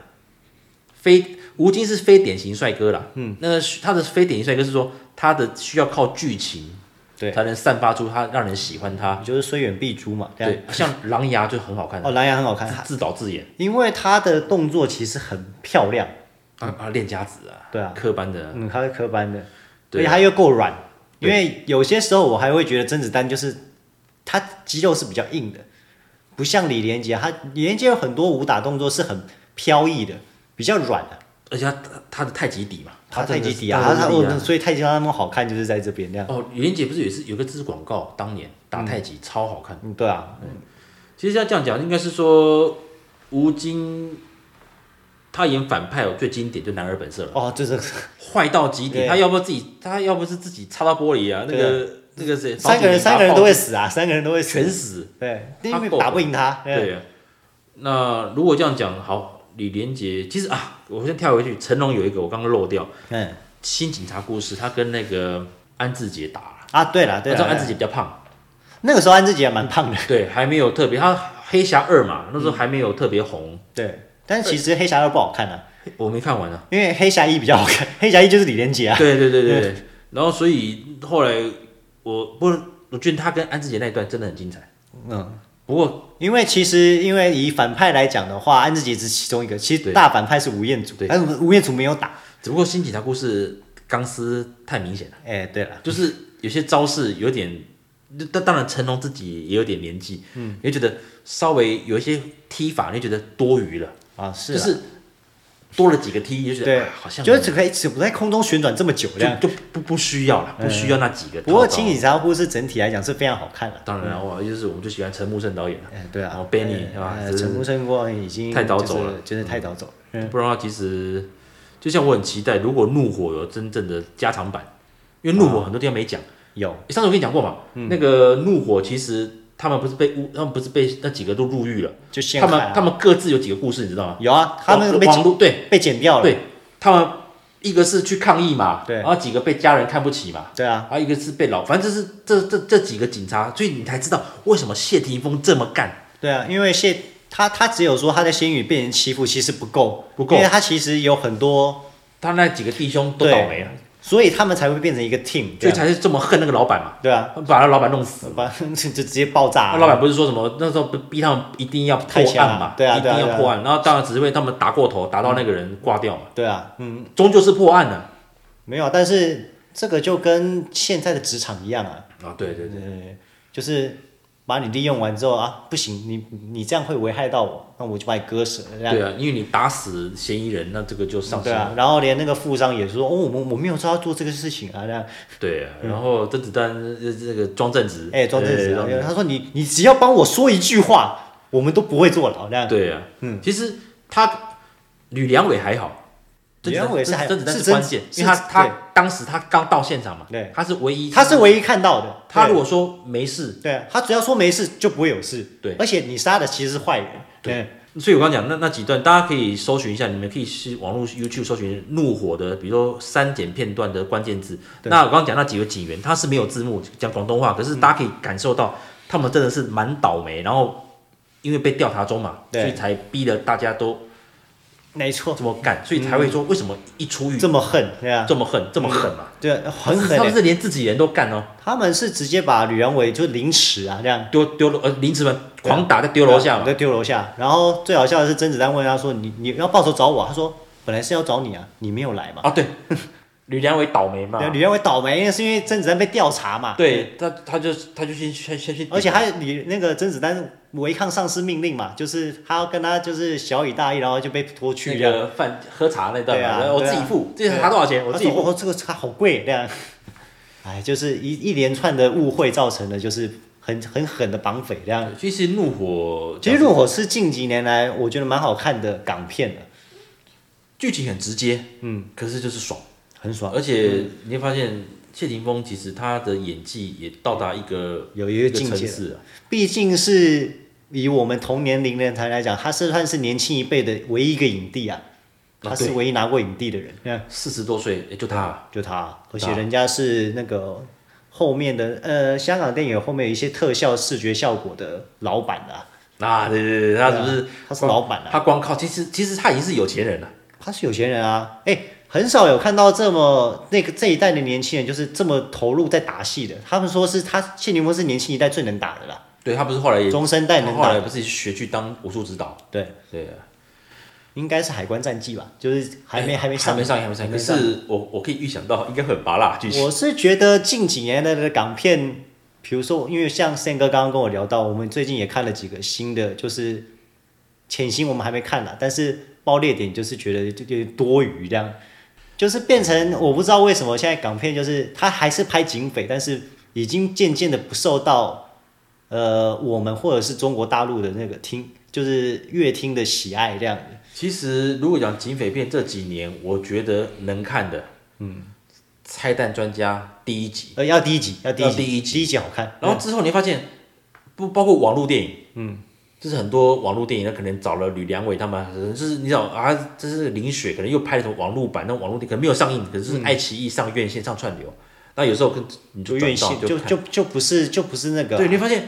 Speaker 1: 非吴京是非典型帅哥啦，嗯，那他的非典型帅哥是说他的需要靠剧情
Speaker 2: 对，
Speaker 1: 才能散发出他让人喜欢他，
Speaker 2: 就是虽远必诛嘛，这样。
Speaker 1: 对，像狼牙就很好看，
Speaker 2: 哦，蓝牙很好看，
Speaker 1: 自导自演
Speaker 2: 因为他的动作其实很漂亮，
Speaker 1: 啊啊，练家子啊，
Speaker 2: 嗯对啊，
Speaker 1: 科班的啊，
Speaker 2: 嗯，他是科班的，而
Speaker 1: 对
Speaker 2: 且
Speaker 1: 啊
Speaker 2: 他又够软，
Speaker 1: 对
Speaker 2: 因为有些时候我还会觉得甄子丹就是他肌肉是比较硬的，不像李连杰，他李连杰有很多武打动作是很飘逸的，比较软啊，
Speaker 1: 而且他他的太极底嘛，
Speaker 2: 他太
Speaker 1: 真的
Speaker 2: 极
Speaker 1: 是
Speaker 2: 底啊，
Speaker 1: 他真的
Speaker 2: 他
Speaker 1: 是厉
Speaker 2: 他
Speaker 1: 害
Speaker 2: 所以太极他那么好看就是在这边那样，
Speaker 1: 哦，袁姐不是也是有个支广告，当年打太极、超好看。
Speaker 2: 嗯，对啊，
Speaker 1: 其实要这样讲，应该是说吴京他演反派，我最经典就男儿本色了，
Speaker 2: 哦，就是
Speaker 1: 坏到极点。
Speaker 2: 对
Speaker 1: 他要不自己，他要不是自己擦到玻璃啊，那个那个谁，
Speaker 2: 三个人
Speaker 1: 房祖名
Speaker 2: 三个人
Speaker 1: 打
Speaker 2: 都
Speaker 1: 爆
Speaker 2: 会死啊，三个人都会死，
Speaker 1: 全死。
Speaker 2: 对，
Speaker 1: 他
Speaker 2: 因为
Speaker 1: 够
Speaker 2: 打不赢他，对，
Speaker 1: 对啊，那如果这样讲，好，李连杰其实啊，我先跳回去，成龙有一个我刚刚漏掉《
Speaker 2: 嗯
Speaker 1: 新警察故事》，他跟那个安志杰打了，
Speaker 2: 啊，对了对
Speaker 1: 那时
Speaker 2: 了
Speaker 1: 候，安志杰比较胖。
Speaker 2: 那个时候安志杰还蛮胖的，
Speaker 1: 对，还没有特别，他黑侠二嘛，那时候还没有特别红，
Speaker 2: 对，但是其实黑侠二不好看啊，
Speaker 1: 我没看完啊。
Speaker 2: 因为黑侠一比较好看，黑侠一就是李连杰啊，
Speaker 1: 对对对对对，然后所以后来我不，我觉得他跟安志杰那一段真的很精彩。
Speaker 2: 嗯。
Speaker 1: 不过
Speaker 2: 因为其实，因为以反派来讲的话，安志杰只是其中一个。其实
Speaker 1: 对
Speaker 2: 大反派是吴彦祖
Speaker 1: 对，
Speaker 2: 但是吴彦祖没有打。
Speaker 1: 只不过新警察故事钢丝太明显了，
Speaker 2: 哎，对了，
Speaker 1: 就是有些招式有点，但当然成龙自己也有点年纪，嗯，你会觉得稍微有一些踢法，你会觉得多余了，
Speaker 2: 啊，是
Speaker 1: 就
Speaker 2: 啊
Speaker 1: 是多了几个踢，你就觉
Speaker 2: 对
Speaker 1: 得、啊、好像
Speaker 2: 就是只可以只不在空中旋转这么久这样。
Speaker 1: 就就不不需要了，不需要那几个套招。啊
Speaker 2: 嗯不过《嗯青警察故事》整体来讲是非常好看的。
Speaker 1: 当然了，哇，就是我们就喜欢陈木胜导演了，
Speaker 2: 哎，对
Speaker 1: 然
Speaker 2: 啊
Speaker 1: 后 Benny，
Speaker 2: 哎
Speaker 1: 啊
Speaker 2: 哎
Speaker 1: 这是
Speaker 2: 陈木胜过已经
Speaker 1: 太早
Speaker 2: 就是
Speaker 1: 走了，
Speaker 2: 真的太早走了。嗯，
Speaker 1: 不然的话，其实就像我很期待，如果怒火有真正的加长版，因为怒
Speaker 2: 啊
Speaker 1: 火很多地方没讲，
Speaker 2: 有
Speaker 1: 上次我跟你讲过嘛，
Speaker 2: 嗯
Speaker 1: 那个怒火其实他们不是被诬，他们不是被那几个都入狱了，
Speaker 2: 就陷
Speaker 1: 他
Speaker 2: 害
Speaker 1: 们
Speaker 2: 啊
Speaker 1: 他们各自有几个故事，你知道吗？
Speaker 2: 有啊，他们被
Speaker 1: 网网
Speaker 2: 剪
Speaker 1: 络对
Speaker 2: 被剪掉了。
Speaker 1: 对，他们一个是去抗议嘛，
Speaker 2: 对
Speaker 1: 然后几个被家人看不起嘛。
Speaker 2: 对啊，
Speaker 1: 还有一个是被老，反正这是这这这几个警察，所以你才知道为什么谢霆锋这么干。
Speaker 2: 对啊，因为谢他他只有说他在新宇被人欺负，其实不够，
Speaker 1: 不够
Speaker 2: 因为他其实有很多，
Speaker 1: 他那几个弟兄都
Speaker 2: 对
Speaker 1: 倒霉了，
Speaker 2: 所以他们才会变成一个 team 啊这
Speaker 1: 所以
Speaker 2: 样。
Speaker 1: 才是这么恨那个老板嘛，
Speaker 2: 对啊，
Speaker 1: 把那老板弄死嘛。
Speaker 2: 把就直接爆炸
Speaker 1: 那
Speaker 2: 啊。
Speaker 1: 老板不是说什么那时候逼他们一定要破
Speaker 2: 开枪
Speaker 1: 案
Speaker 2: 啊
Speaker 1: 嘛，
Speaker 2: 对啊
Speaker 1: 一
Speaker 2: 对啊
Speaker 1: 定
Speaker 2: 对
Speaker 1: 要
Speaker 2: 啊
Speaker 1: 破案。然后当然只是因为他们打过头，打到那个人挂掉嘛，
Speaker 2: 对啊，嗯，
Speaker 1: 终究是破案了。
Speaker 2: 没有啊，但是这个就跟现在的职场一样啊，
Speaker 1: 啊，对对对，
Speaker 2: 呃，就是把你利用完之后啊，不行，你你这样会危害到我，那我就把你割舍了这样。
Speaker 1: 对啊，因为你打死嫌疑人，那这个就上
Speaker 2: 嗯对
Speaker 1: 升。
Speaker 2: 啊，然后连那个富商也说，哦，我们我没有说要做这个事情啊，这样，
Speaker 1: 对啊，然后甄子丹呃这个庄正直，
Speaker 2: 哎，庄正
Speaker 1: 对
Speaker 2: 子啊
Speaker 1: 庄，
Speaker 2: 他说你你只要帮我说一句话，我们都不会坐牢这样。
Speaker 1: 对啊，嗯，其实他吕良伟还好，
Speaker 2: 吕良伟是还
Speaker 1: 甄子丹
Speaker 2: 是
Speaker 1: 是关键，
Speaker 2: 甄
Speaker 1: 因为他
Speaker 2: 是对
Speaker 1: 他当时他刚到现场嘛，
Speaker 2: 对
Speaker 1: 他是唯一，
Speaker 2: 他是唯一看到的。
Speaker 1: 他
Speaker 2: 对
Speaker 1: 如果说没事，
Speaker 2: 对啊他只要说没事，就不会有事。
Speaker 1: 对
Speaker 2: 而且你杀的其实是坏人。
Speaker 1: 对
Speaker 2: 嗯，
Speaker 1: 所以我刚讲那那几段，大家可以搜寻一下，你们可以去网络 YouTube 搜寻怒火的，比如说删减片段的关键字。
Speaker 2: 对
Speaker 1: 那我刚刚讲那几个警员，他是没有字幕讲广东话，可是大家可以感受到他们真的是蛮倒霉，然后因为被调查中嘛，所
Speaker 2: 对
Speaker 1: 以才逼得大家都
Speaker 2: 没错，
Speaker 1: 这么干，所以才会说为什么一出狱
Speaker 2: 这么恨，对啊，
Speaker 1: 这么恨，这么狠嘛？
Speaker 2: 对啊，很狠
Speaker 1: 他们
Speaker 2: 欸。
Speaker 1: 是连自己人都干哦，
Speaker 2: 他们是直接把吕良伟就凌迟啊，这样
Speaker 1: 丢丢楼呃临时门狂打在丢楼下嘛，
Speaker 2: 对，丢楼下。然后最好笑的是，甄子丹问他说：“你你要报仇找我啊？”他说：“本来是要找你啊，你没有来嘛。
Speaker 1: 啊对， 吕良伟倒霉嘛
Speaker 2: 对，，吕良伟倒霉，因为是因为甄子丹被调查嘛。
Speaker 1: 啊对他他就他就先先先去，
Speaker 2: 而且他你那个甄子丹违抗上司命令嘛，就是他要跟他就是小以大义，然后就被拖去
Speaker 1: 去
Speaker 2: 这样。
Speaker 1: 个饭喝茶那段
Speaker 2: 对啊
Speaker 1: 嘛，然后我
Speaker 2: 对啊
Speaker 1: 自己付，这
Speaker 2: 对
Speaker 1: 个
Speaker 2: 啊
Speaker 1: 茶多少钱？我
Speaker 2: 他
Speaker 1: 自己
Speaker 2: 说
Speaker 1: 付。
Speaker 2: 哦，这个茶好贵这样。 哎，就是一一连串的误会造成的，就是很很狠的绑匪这样。
Speaker 1: 其实怒火
Speaker 2: 其实《怒火》是近几年来我觉得蛮好看的港片的，
Speaker 1: 剧情很直接，
Speaker 2: 嗯，
Speaker 1: 可是就是爽，
Speaker 2: 很爽。
Speaker 1: 而且你会发现谢霆锋其实他的演技也到达一个
Speaker 2: 有一
Speaker 1: 一
Speaker 2: 个
Speaker 1: 个
Speaker 2: 境
Speaker 1: 层
Speaker 2: 界
Speaker 1: 次啊，
Speaker 2: 毕竟是以我们同年龄的人才来讲，他是算是年轻一辈的唯一一个影帝啊，
Speaker 1: 啊
Speaker 2: 他是
Speaker 1: 对
Speaker 2: 唯一拿过影帝的人，
Speaker 1: 四十多岁也就他了，
Speaker 2: 就他，而
Speaker 1: 对
Speaker 2: 且
Speaker 1: 啊
Speaker 2: 人家是那个后面的呃香港电影后面有一些特效视觉效果的老板啊，
Speaker 1: 啊，对对对，他是不是
Speaker 2: 对啊他是老板啊？
Speaker 1: 他光靠其实其实他已经是有钱人了，
Speaker 2: 他是有钱人啊，哎、很少有看到这么那个这一代的年轻人就是这么投入在打戏的。他们说是他谢霆锋是年轻一代最能打的啦，
Speaker 1: 对他不是后来也
Speaker 2: 中生代
Speaker 1: 他
Speaker 2: 能
Speaker 1: 后
Speaker 2: 打
Speaker 1: 来
Speaker 2: 的，
Speaker 1: 不是学去当武术指导，
Speaker 2: 对，
Speaker 1: 对啊，
Speaker 2: 应该是海关战绩吧，就是还没、
Speaker 1: 哎
Speaker 2: 还没
Speaker 1: 还
Speaker 2: 上
Speaker 1: 没上映还没上映，可是我我可以预想到应该会很拔辣剧情，
Speaker 2: 我是觉得近几年来的港片，比如说，因为像宪哥刚刚跟我聊到，我们最近也看了几个新的，就是《潜行》我们还没看啦，但是爆裂点就是觉得就有点多余这样，就是变成我不知道为什么现在港片就是他还是拍警匪，但是已经渐渐的不受到呃我们或者是中国大陆的那个听就是乐听的喜爱这样子。
Speaker 1: 其实如果讲警匪片，这几年我觉得能看的，嗯，《拆弹专家》第一集，
Speaker 2: 呃，要第一集，要第一集，
Speaker 1: 要第一集
Speaker 2: 第一集好看。
Speaker 1: 然后之后你会发现，不包括网络电影，嗯，就是很多网络电影，那可能找了吕良伟他们，可能就是你找啊，这是林雪，可能又拍了什么网络版，那网络电影可能没有上映，可是
Speaker 2: 嗯
Speaker 1: 爱奇艺上院线上串流，那有时候跟你就
Speaker 2: 就院
Speaker 1: 转到
Speaker 2: 线就
Speaker 1: 看
Speaker 2: 就就不是就不是那个啊、
Speaker 1: 对，你会发现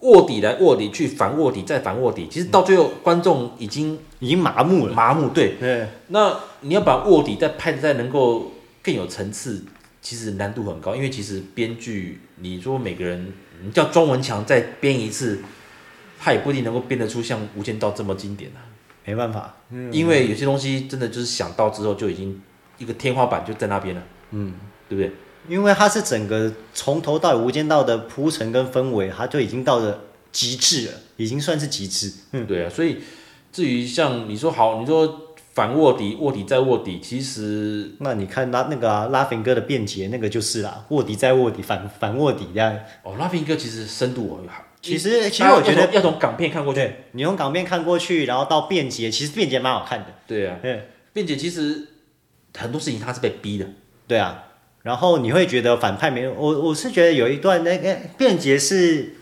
Speaker 1: 卧底来卧底去反卧底再反卧底，其实到最后观众已经
Speaker 2: 已经麻木了。
Speaker 1: 麻木，对，
Speaker 2: 对，
Speaker 1: 那你要把卧底再拍的再能够更有层次，其实难度很高，因为其实编剧，你说每个人，你叫庄文强再编一次，他也不一定能够编得出像《无间道》这么经典啊，
Speaker 2: 没办法，
Speaker 1: 因为有些东西真的就是想到之后就已经一个天花板就在那边了，嗯，对不对？
Speaker 2: 因为它是整个从头到尾《无间道》的铺陈跟氛围，它就已经到了极致了，已经算是极致。
Speaker 1: 对啊，所以至于像你说好，你说反卧底，卧底再卧底，其实
Speaker 2: 那你看拉那个啊、拉菲哥的辩解，那个就是啦，卧底再卧底，反反卧底这样。
Speaker 1: 哦，拉菲哥其实深度哦，
Speaker 2: 其实其实我觉
Speaker 1: 大家要
Speaker 2: 得
Speaker 1: 从，要从港片看过去，
Speaker 2: 对你从港片看过去，然后到辩解，其实辩解蛮好看的。
Speaker 1: 对啊。
Speaker 2: 嗯，
Speaker 1: 并且其实很多事情他是被逼的，
Speaker 2: 对啊。然后你会觉得反派没有，我我是觉得有一段那个辩解是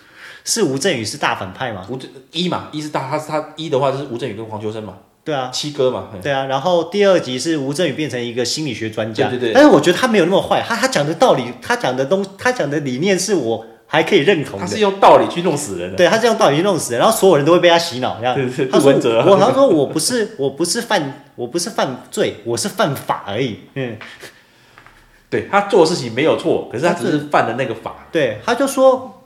Speaker 2: 是吴镇宇是大反派嘛？
Speaker 1: 吴镇一嘛，一是大他他一的话就是吴镇宇跟黄秋生嘛，
Speaker 2: 对啊，
Speaker 1: 七哥嘛，嘿
Speaker 2: 对啊，然后第二集是吴镇宇变成一个心理学专家，
Speaker 1: 对对对
Speaker 2: 但是我觉得他没有那么坏，他他讲的道理，他讲的东，他讲的理念是我还可以认同
Speaker 1: 他
Speaker 2: 的
Speaker 1: 是。用道理去弄死人的，
Speaker 2: 对他这样道理弄死人，然后所有人都会被他洗脑，这样。
Speaker 1: 对对对
Speaker 2: 他说
Speaker 1: 杜文啊泽
Speaker 2: 我，他说我不是我不是犯我不是犯罪，我是犯法而已。嗯，
Speaker 1: 对他做的事情没有错，可是他
Speaker 2: 他
Speaker 1: 只是
Speaker 2: 是
Speaker 1: 犯了那个法，
Speaker 2: 对，他就说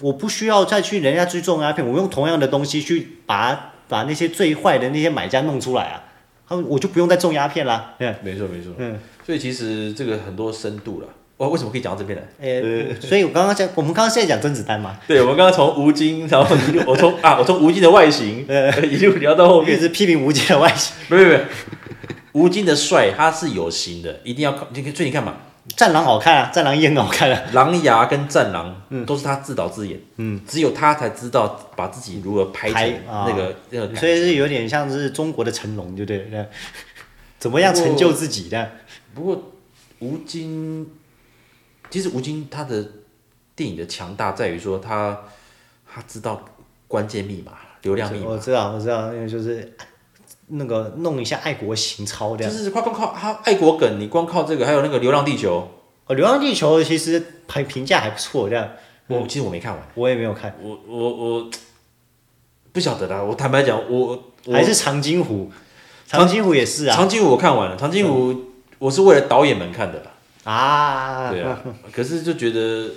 Speaker 2: 我不需要再去人家去种鸦片，我用同样的东西去把把那些最坏的那些买家弄出来啊，他说我就不用再种鸦片啦。嗯。
Speaker 1: 没错没错，
Speaker 2: 嗯，
Speaker 1: 所以其实这个很多深度了，哇，为什么可以讲到这边来？
Speaker 2: 呃，所以我刚刚在我们刚刚现在讲甄子丹嘛，
Speaker 1: 对，我们刚刚从吴京，然后一路我从啊，我从吴京的外 形一路聊到后
Speaker 2: 我一
Speaker 1: 面，
Speaker 2: 直批评吴京的外形，
Speaker 1: 没有没有没有，吴京的帅他是有型的，一定要靠，你看，所以你看嘛，
Speaker 2: 《 战狼》好看啊，《战狼》也很好看 啊。
Speaker 1: 狼牙跟战狼，都是他自导自演，嗯，只有他才知道把自己如何拍
Speaker 2: 拍
Speaker 1: 成
Speaker 2: 啊
Speaker 1: 那个、那个感
Speaker 2: 所以是有点像是中国的成龙，对不对？那 怎么样成就自己的？
Speaker 1: 不过吴京，其实吴京他的电影的强大在于说他他知道关键密码、流量密码，
Speaker 2: 我知道，我知道，那个就是那个弄一下爱国情操这
Speaker 1: 就
Speaker 2: 样。
Speaker 1: 是光光靠他爱国梗，你光靠这个，还有那个《流浪地球
Speaker 2: 哦，《流浪地球》其实还评价还不错，这样》，
Speaker 1: 我其实我没看完，
Speaker 2: 我也没有看，
Speaker 1: 我我我不晓得啦，我坦白讲，我我
Speaker 2: 还是长津湖，长津湖也是啊
Speaker 1: 长津湖我看完了，长津湖我是为了导演们看的啦。
Speaker 2: 啊，
Speaker 1: 对啊，可是就觉得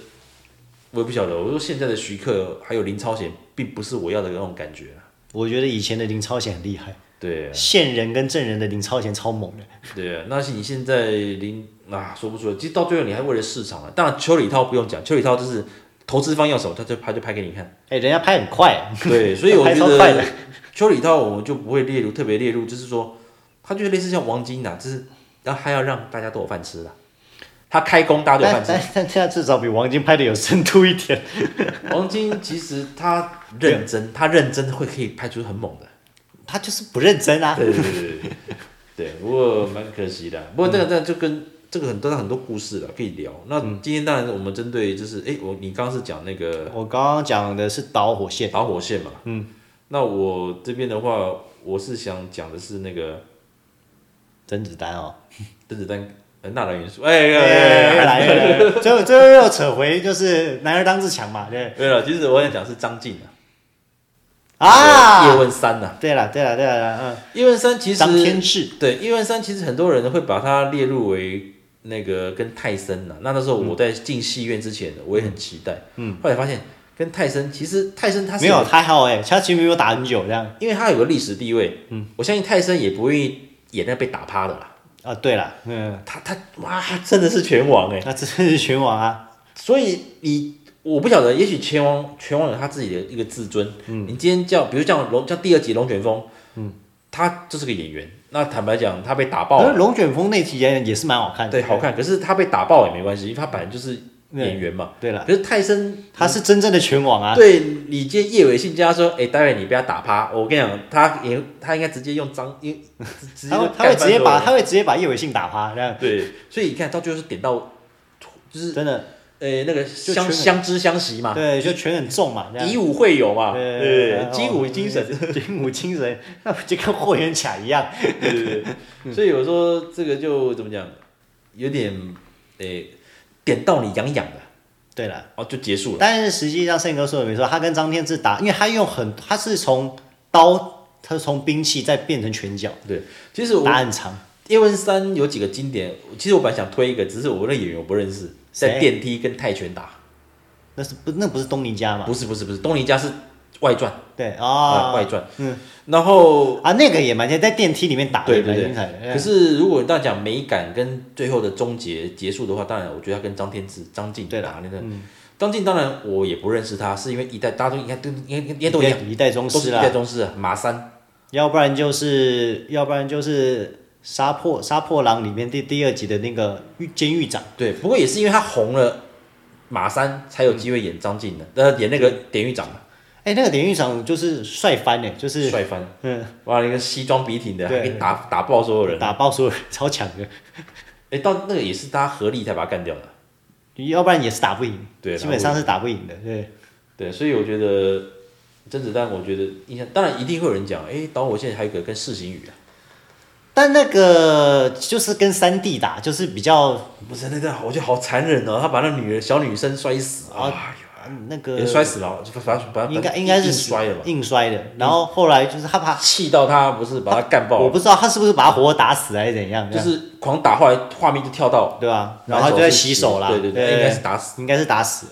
Speaker 1: 我也不晓得，我说现在的徐克还有林超贤，并不是我要的那种感觉啊。
Speaker 2: 我觉得以前的林超贤很厉害，
Speaker 1: 对啊，
Speaker 2: 线人跟证人的林超贤超猛的。
Speaker 1: 对啊，那是你现在林啊说不出来，其实到最后你还为了市场啊。当然邱礼涛不用讲，邱礼涛就是投资方要什么，他就拍就拍给你看。
Speaker 2: 哎、人家拍很快、
Speaker 1: 对，所以我
Speaker 2: 拍
Speaker 1: 觉
Speaker 2: 超快的
Speaker 1: 得邱礼涛我们就不会列入特别列入，就是说他就是类似像王晶呐、就是然后他要让大家都有饭吃啊。他开工大家都有饭
Speaker 2: 但
Speaker 1: 吃，
Speaker 2: 但但他至少比王晶拍的有深度一点。
Speaker 1: 王晶其实他认真，他认真会可以拍出很猛的。
Speaker 2: 他就是不认真啊。
Speaker 1: 对对对对对，对，不过蛮可惜的啊。不过这个这个就跟这个很多很多故事了，可以聊。那今天当然我们针对就是，哎、我你刚刚是讲那个
Speaker 2: 我刚刚讲的是导火线，
Speaker 1: 导火线嘛，嗯，那我这边的话，我是想讲的是那个
Speaker 2: 甄子丹哦，
Speaker 1: 甄子丹呃纳兰元素，哎、哎哎
Speaker 2: 越
Speaker 1: 哎
Speaker 2: 来越来越，最后最后又扯回就是男儿当自强嘛，对
Speaker 1: 没有了。其实我想讲是张晋叶
Speaker 2: 啊，
Speaker 1: 问三呐、
Speaker 2: 对了对了对了，
Speaker 1: 叶问三其
Speaker 2: 嗯，
Speaker 1: 实
Speaker 2: 张天志
Speaker 1: 对，因为三其实很多人会把它列入为那个跟泰森啊呐、那那时候我在进戏院之前，我也很期待。嗯，啊后来发现跟泰森其实泰森他是
Speaker 2: 没有，他还好哎，他其实没有打很久这样
Speaker 1: 因为他有个历史地位。嗯，我相信泰森也不愿意演那被打趴的啦。
Speaker 2: 啊。对了，嗯，
Speaker 1: 他他哇，他真的是拳王哎、
Speaker 2: 那这是拳王啊，
Speaker 1: 所以你我不晓得，也许拳王拳王有他自己的一个自尊。嗯，你今天叫，比如像龙，像第二集龙卷风，嗯，他就是个演员。那坦白讲，他被打爆
Speaker 2: 可
Speaker 1: 了，
Speaker 2: 是龙卷风那集也也是蛮好看的，
Speaker 1: 对，好看。可是他被打爆也没关系，因为他本来就是演员嘛。
Speaker 2: 对了，
Speaker 1: 可是泰森
Speaker 2: 他是真正的拳王啊，
Speaker 1: 对李健叶伟信加说：“哎、待会你被他打趴。”我跟你讲，他也他应该直接用脏，因直接
Speaker 2: 他会
Speaker 1: 就
Speaker 2: 他会
Speaker 1: 嗯干翻
Speaker 2: 直接
Speaker 1: 所有
Speaker 2: 把
Speaker 1: 人
Speaker 2: 他会直接把叶伟信打趴，这样
Speaker 1: 对，所以你看到最后是点到，就是
Speaker 2: 真的
Speaker 1: 呃、那个
Speaker 2: 全
Speaker 1: 相
Speaker 2: 部
Speaker 1: 相知相惜嘛，
Speaker 2: 对，就拳很重嘛，这样
Speaker 1: 以武会友嘛，
Speaker 2: 对
Speaker 1: 啊对
Speaker 2: 哦，
Speaker 1: 击鼓精 神，
Speaker 2: 精武精神，那不就跟霍元甲一样？
Speaker 1: 对对
Speaker 2: 嗯
Speaker 1: 对。所以我说这个就怎么讲，有点呃、点到你痒痒的，
Speaker 2: 对了，
Speaker 1: 哦，就结束了。
Speaker 2: 但是实际上胜哥说的没错，他跟张天志打，因为他用很，他是从刀，他是从兵器再变成拳脚，
Speaker 1: 对，其实我
Speaker 2: 打很长。
Speaker 1: 叶问三有几个经典，其实我本来想推一个，只是我那演员我不认识，在
Speaker 2: 谁
Speaker 1: 电梯跟泰拳打，
Speaker 2: 那是不那不是东尼家嘛？
Speaker 1: 不是不是不是，东尼家是外传
Speaker 2: 对
Speaker 1: 啊，
Speaker 2: 啊
Speaker 1: 外传，
Speaker 2: 嗯
Speaker 1: 然后
Speaker 2: 啊，那个也蛮像在电梯里面打的，
Speaker 1: 对
Speaker 2: 也
Speaker 1: 对
Speaker 2: 蛮
Speaker 1: 对
Speaker 2: 精彩的。
Speaker 1: 可是如果你要讲美感跟最后的终结结束的话，当然我觉得他跟张天志、张晋
Speaker 2: 对
Speaker 1: 打那个，
Speaker 2: 嗯
Speaker 1: 张晋当然我也不认识他，是因为一代大家都应该都应该应该都一样，
Speaker 2: 一代宗
Speaker 1: 都
Speaker 2: 师
Speaker 1: 是一
Speaker 2: 啦
Speaker 1: 代，宗师啊，马三
Speaker 2: 要不然就是要不然就是杀破杀破狼里面第第二集的那个狱监狱长，
Speaker 1: 对，不过也是因为他红了，马三才有机会演张晋的，呃，演那个典狱长嘛
Speaker 2: 哎，那个典狱长就是帅翻嘞，就是
Speaker 1: 帅翻，
Speaker 2: 嗯
Speaker 1: 哇，那个西装笔挺的，
Speaker 2: 对
Speaker 1: 还可以打打爆所有人，
Speaker 2: 打爆所有人， 超强的。
Speaker 1: 哎，到那个也是他合力才把他干掉的，
Speaker 2: 要不然也是打不赢，
Speaker 1: 对
Speaker 2: 基本上是打不赢的，对，
Speaker 1: 对，所以我觉得甄子丹，我觉得印象，当然一定会有人讲，哎，导火线还有一个跟释行宇啊。
Speaker 2: 但那个就是跟三弟打，就是比较
Speaker 1: 不是那个，我觉得好残忍哦，他把那女人小女生摔死
Speaker 2: 啊
Speaker 1: 啊，
Speaker 2: 那个
Speaker 1: 也摔死了，就反正反正
Speaker 2: 应该应该是
Speaker 1: 硬摔了吧，
Speaker 2: 硬摔的。然后后来就是他把，
Speaker 1: 气到他不是把他干爆
Speaker 2: 啊我
Speaker 1: 了，
Speaker 2: 不知道他是不是把他活活打死还是怎样，
Speaker 1: 就
Speaker 2: 这样
Speaker 1: 是狂打，后来画面就跳到，
Speaker 2: 对吧？然后他就在洗手啦，
Speaker 1: 对对
Speaker 2: 对
Speaker 1: 对，应该是打死，
Speaker 2: 应该是打死了，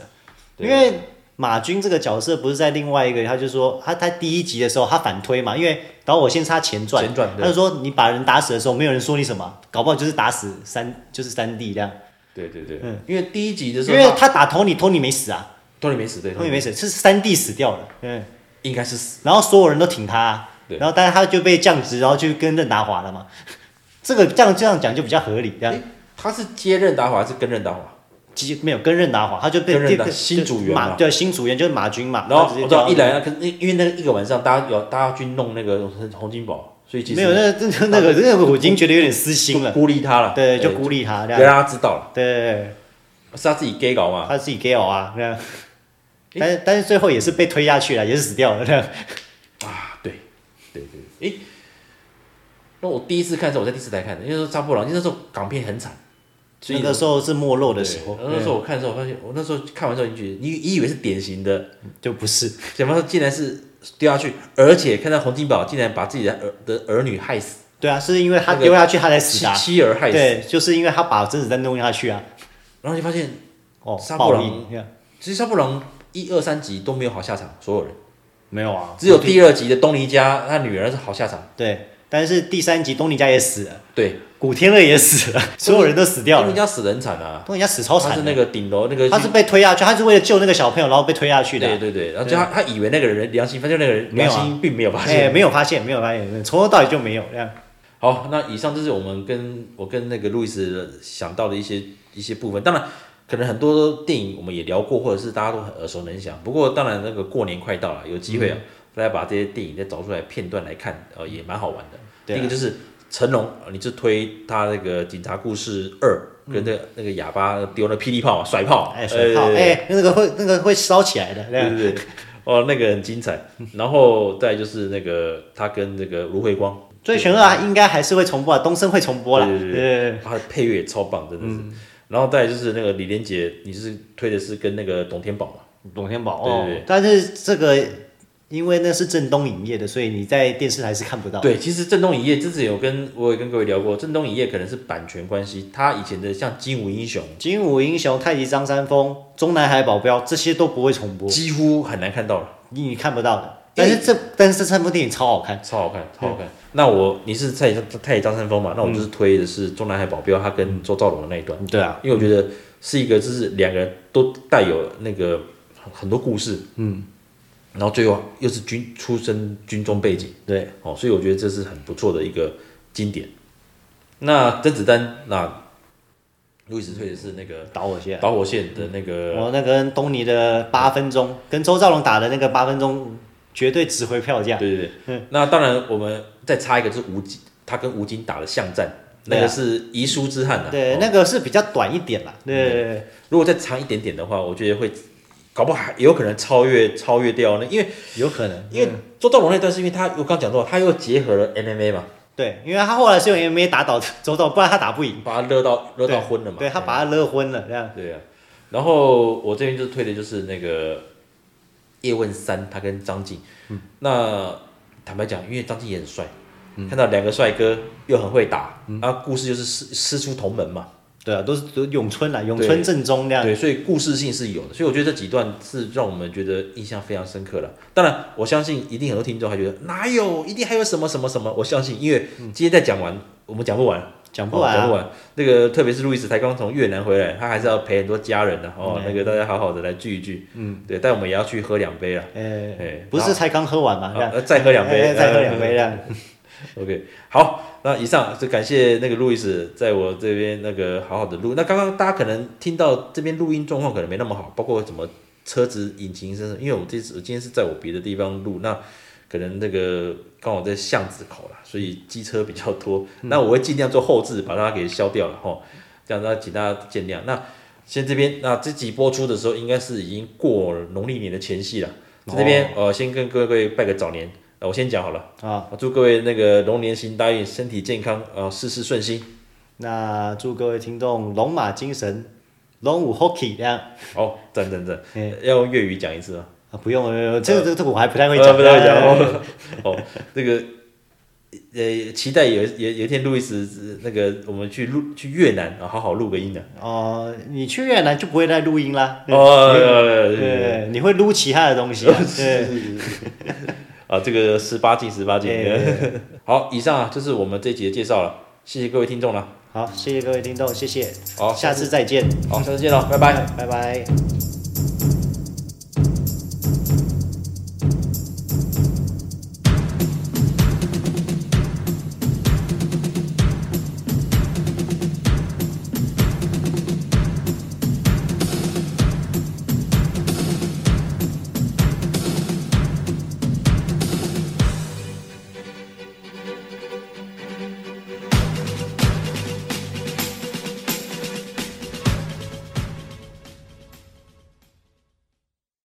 Speaker 1: 对
Speaker 2: 因为马军这个角色不是在另外一个，他就说他他第一集的时候他反推嘛，因为导火线是他前传，
Speaker 1: 前传对
Speaker 2: 他就说你把人打死的时候没有人说你什么，搞不好就是打死三就是三弟这样，
Speaker 1: 对对对
Speaker 2: 嗯，
Speaker 1: 因为第一集的时
Speaker 2: 因为
Speaker 1: 候，
Speaker 2: 他打托尼，托尼没死啊，
Speaker 1: 托尼没死，对，
Speaker 2: 托尼没死，是三弟死掉了，嗯，
Speaker 1: 应该是死，
Speaker 2: 然后所有人都挺他啊，
Speaker 1: 对
Speaker 2: 然后但是他就被降职，然后去跟任达华了嘛， 这个这样这样讲就比较合理，这样
Speaker 1: 诶他是接任达华还是跟任达华？
Speaker 2: 其实没有跟任达华，他就被
Speaker 1: 跟任达
Speaker 2: 就
Speaker 1: 新组员嘛
Speaker 2: 马对新组员就是马军嘛，
Speaker 1: 然后
Speaker 2: 啊他直接
Speaker 1: 我知道
Speaker 2: 叫
Speaker 1: 一来，可是因为那个一个晚上，大家有大家去弄那个洪金宝，所以其实
Speaker 2: 没有那那那个那个我已经觉得有点私心
Speaker 1: 就
Speaker 2: 了，
Speaker 1: 孤立他了，
Speaker 2: 对，就
Speaker 1: 对
Speaker 2: 孤立他这
Speaker 1: 让
Speaker 2: 样，
Speaker 1: 大家知道了，
Speaker 2: 对对对，
Speaker 1: 是他自己 gay 搞嘛，
Speaker 2: 他自己给我啊这样，但是但是最后也是被推下去了，也是死掉了这样，
Speaker 1: 啊，对，对对，诶，那我第一次看的时候，我在第四台看的，因为那时候杀破狼，因为那时候港片很惨，所以
Speaker 2: 那个时候是没落的时候，
Speaker 1: 对那时候我看的时候，我发现我那时候看完之后，你觉得你你以为是典型的，
Speaker 2: 嗯就不是，
Speaker 1: 想不到竟然是掉下去，而且看到洪金宝竟然把自己的儿的儿女害死，
Speaker 2: 对啊，是因为他
Speaker 1: 那个
Speaker 2: 丢下去他才死
Speaker 1: 妻
Speaker 2: 的啊，
Speaker 1: 妻儿害死，
Speaker 2: 对，就是因为他把甄子丹弄下去啊，
Speaker 1: 然后就发现
Speaker 2: 哦，
Speaker 1: 杀破
Speaker 2: 暴
Speaker 1: 狼
Speaker 2: 力，yeah
Speaker 1: 其实杀破狼一二三集都没有好下场，所有人
Speaker 2: 没有啊，
Speaker 1: 只有第二集的东尼家他女儿是好下场，
Speaker 2: 对，但是第三集东尼家也死了，
Speaker 1: 对，
Speaker 2: 古天乐也死了，所有人都死掉
Speaker 1: 东尼
Speaker 2: 了，
Speaker 1: 家死人惨啊，
Speaker 2: 东尼家死超
Speaker 1: 他是
Speaker 2: 惨
Speaker 1: 那
Speaker 2: 的，
Speaker 1: 个顶楼那个
Speaker 2: 他是被推下去，他是为了救那个小朋友，然后被推下去的啊
Speaker 1: 对。对对，然后就他他以为那个人良心，发现那个人
Speaker 2: 没
Speaker 1: 良
Speaker 2: 有啊
Speaker 1: 心并没有发
Speaker 2: 哎、
Speaker 1: 现。
Speaker 2: 没有发现，没有发现，从头到尾就没有这样。
Speaker 1: 好，那以上就是我们跟我跟那个路易斯想到的一些一些部分。当然，可能很多电影我们也聊过，或者是大家都很耳熟能详。不过，当然那个过年快到了，有机会
Speaker 2: 嗯
Speaker 1: 啊，大家把这些电影再找出来片段来看，呃，也蛮好玩的。
Speaker 2: 对啊
Speaker 1: 第一个就是成龙，呃你就推他那个《警察故事二》跟那个那个哑巴丢那霹雳炮、甩炮，
Speaker 2: 哎、水泡，
Speaker 1: 呃
Speaker 2: 哎、那个会那个会烧起来的，这
Speaker 1: 对
Speaker 2: 样。
Speaker 1: 对对， 哦，那个很精彩。然后再就是那个他跟那个卢慧光，
Speaker 2: 追寻二应该还是会重播啊，东升会重播啦。
Speaker 1: 对对
Speaker 2: 对对
Speaker 1: 对
Speaker 2: 对
Speaker 1: 他的配乐也超棒，真的是。然后再就是那个李连杰，你是推的是跟那个董天宝嘛？
Speaker 2: 董天宝
Speaker 1: 对
Speaker 2: 哦
Speaker 1: 对对
Speaker 2: 但是这个因为那是正东影业的，所以你在电视台是看不到。
Speaker 1: 对，其实郑东影业之前有跟我也跟各位聊过，郑东影业可能是版权关系，他以前的像《精武英雄
Speaker 2: 精武英雄、太极张三丰、中南海保镖这些都不会重》播，
Speaker 1: 几乎很难看到了，
Speaker 2: 你看不到的。
Speaker 1: 因
Speaker 2: 但
Speaker 1: 为
Speaker 2: 是这但是这部电影超好看，
Speaker 1: 超好看，超好看。那我你是蔡太乙张三丰嘛？那我就是推的是《中南海保镖》，他跟周兆龙的那一段。
Speaker 2: 对啊，
Speaker 1: 因为我觉得是一个，就是两个人都带有那个很多故事，嗯，然后最后又是军出身军中背景。
Speaker 2: 对，
Speaker 1: 哦，所以我觉得这是很不错的一个经典。那甄子丹，那路易斯退的是那个
Speaker 2: 导我线。
Speaker 1: 导火线的那个，
Speaker 2: 呃我那跟东尼的八分钟，跟周兆龙打的那个八分钟，绝对值回票价。
Speaker 1: 对对
Speaker 2: 嗯
Speaker 1: 对。那当然，我们再插一个就是吴京，他跟吴京打的巷战，
Speaker 2: 对
Speaker 1: 那
Speaker 2: 啊
Speaker 1: 个是遗书之憾啊。
Speaker 2: 对，
Speaker 1: 哦嗯
Speaker 2: 那个是比较短一点啦。对对对
Speaker 1: 如果再长一点点的话，我觉得会搞不好还也有可能超越超越掉那，因为
Speaker 2: 有可能，
Speaker 1: 因为周兆龙那段是因为他我刚讲到，他又结合了 MMA 嘛，
Speaker 2: 对，因为他后来是用 MMA 打倒周兆，不然他打不赢，
Speaker 1: 把他勒到勒到
Speaker 2: 对
Speaker 1: 昏了嘛。哎
Speaker 2: 嗯对他把他勒昏了，这样。
Speaker 1: 对啊，然后我这边就推的就是那个《叶问三》，他跟张晋。
Speaker 2: 嗯
Speaker 1: 那坦白讲，因为张晋也很帅，
Speaker 2: 嗯
Speaker 1: 看到两个帅哥又很会打，啊，故事就是师师出同门嘛，
Speaker 2: 对啊，都是都咏春啦，咏春正宗这样。
Speaker 1: 对，所以故事性是有的。所以我觉得这几段是让我们觉得印象非常深刻了。当然，我相信一定很多听众还觉得哪有，一定还有什么什么什么。我相信，因为
Speaker 2: 嗯
Speaker 1: 今天再讲完，我们讲不完。
Speaker 2: 讲不完啊
Speaker 1: 哦讲不完。那个特别是路易斯才刚从越南回来，他还是要陪很多家人的、哦。那
Speaker 2: 嗯
Speaker 1: 个大家好好的来聚一聚，嗯，对，但我们也要去喝两杯啊。
Speaker 2: 呃
Speaker 1: 哎，
Speaker 2: 不是才刚喝完嘛，这样
Speaker 1: 呃，再喝两杯，
Speaker 2: 哎再喝两杯这样。
Speaker 1: OK，好，那以上就感谢那个路易斯在我这边那个好好的录。那刚刚大家可能听到这边录音状况可能没那么好，包括什么车子引擎声，因为我这次我今天是在我别的地方录，那可能那个刚好在巷子口啦，所以机车比较多。那我会尽量做后置把它给消掉了哈，这样那请大家见谅。那先这边，那这集播出的时候应该是已经过农历年的前夕了，在这边、呃先跟各位拜个早年，呃我先讲好了。
Speaker 2: 啊。
Speaker 1: 啊，祝各位那个龙年行大运，身体健康，啊，事事顺心。
Speaker 2: 那祝各位听众龙马精神，龙舞 hockey 这样
Speaker 1: 好，赞赞赞
Speaker 2: 嗯！
Speaker 1: 要用粤语讲一次吗？
Speaker 2: 啊，不用了，这个这个这个我还不太会
Speaker 1: 呃
Speaker 2: 讲，哎
Speaker 1: 不太会讲。哦。哦，那个，呃，期待有有有一天路易斯那个我们去录去越南啊，好好录个音的。
Speaker 2: 哦，你去越南就不会再录音啦。
Speaker 1: 哦，呃
Speaker 2: 对，
Speaker 1: 对对对
Speaker 2: 对你会撸其他的 东西啊。对，
Speaker 1: 啊，这个十八禁，十八禁
Speaker 2: 对对。
Speaker 1: 好，以上啊就是我们这一集的介绍了，谢谢各位听众了。
Speaker 2: 好，谢谢各位听众，谢谢，
Speaker 1: 好
Speaker 2: 下次再见，
Speaker 1: 好，下次见喽，拜拜。
Speaker 2: 拜拜。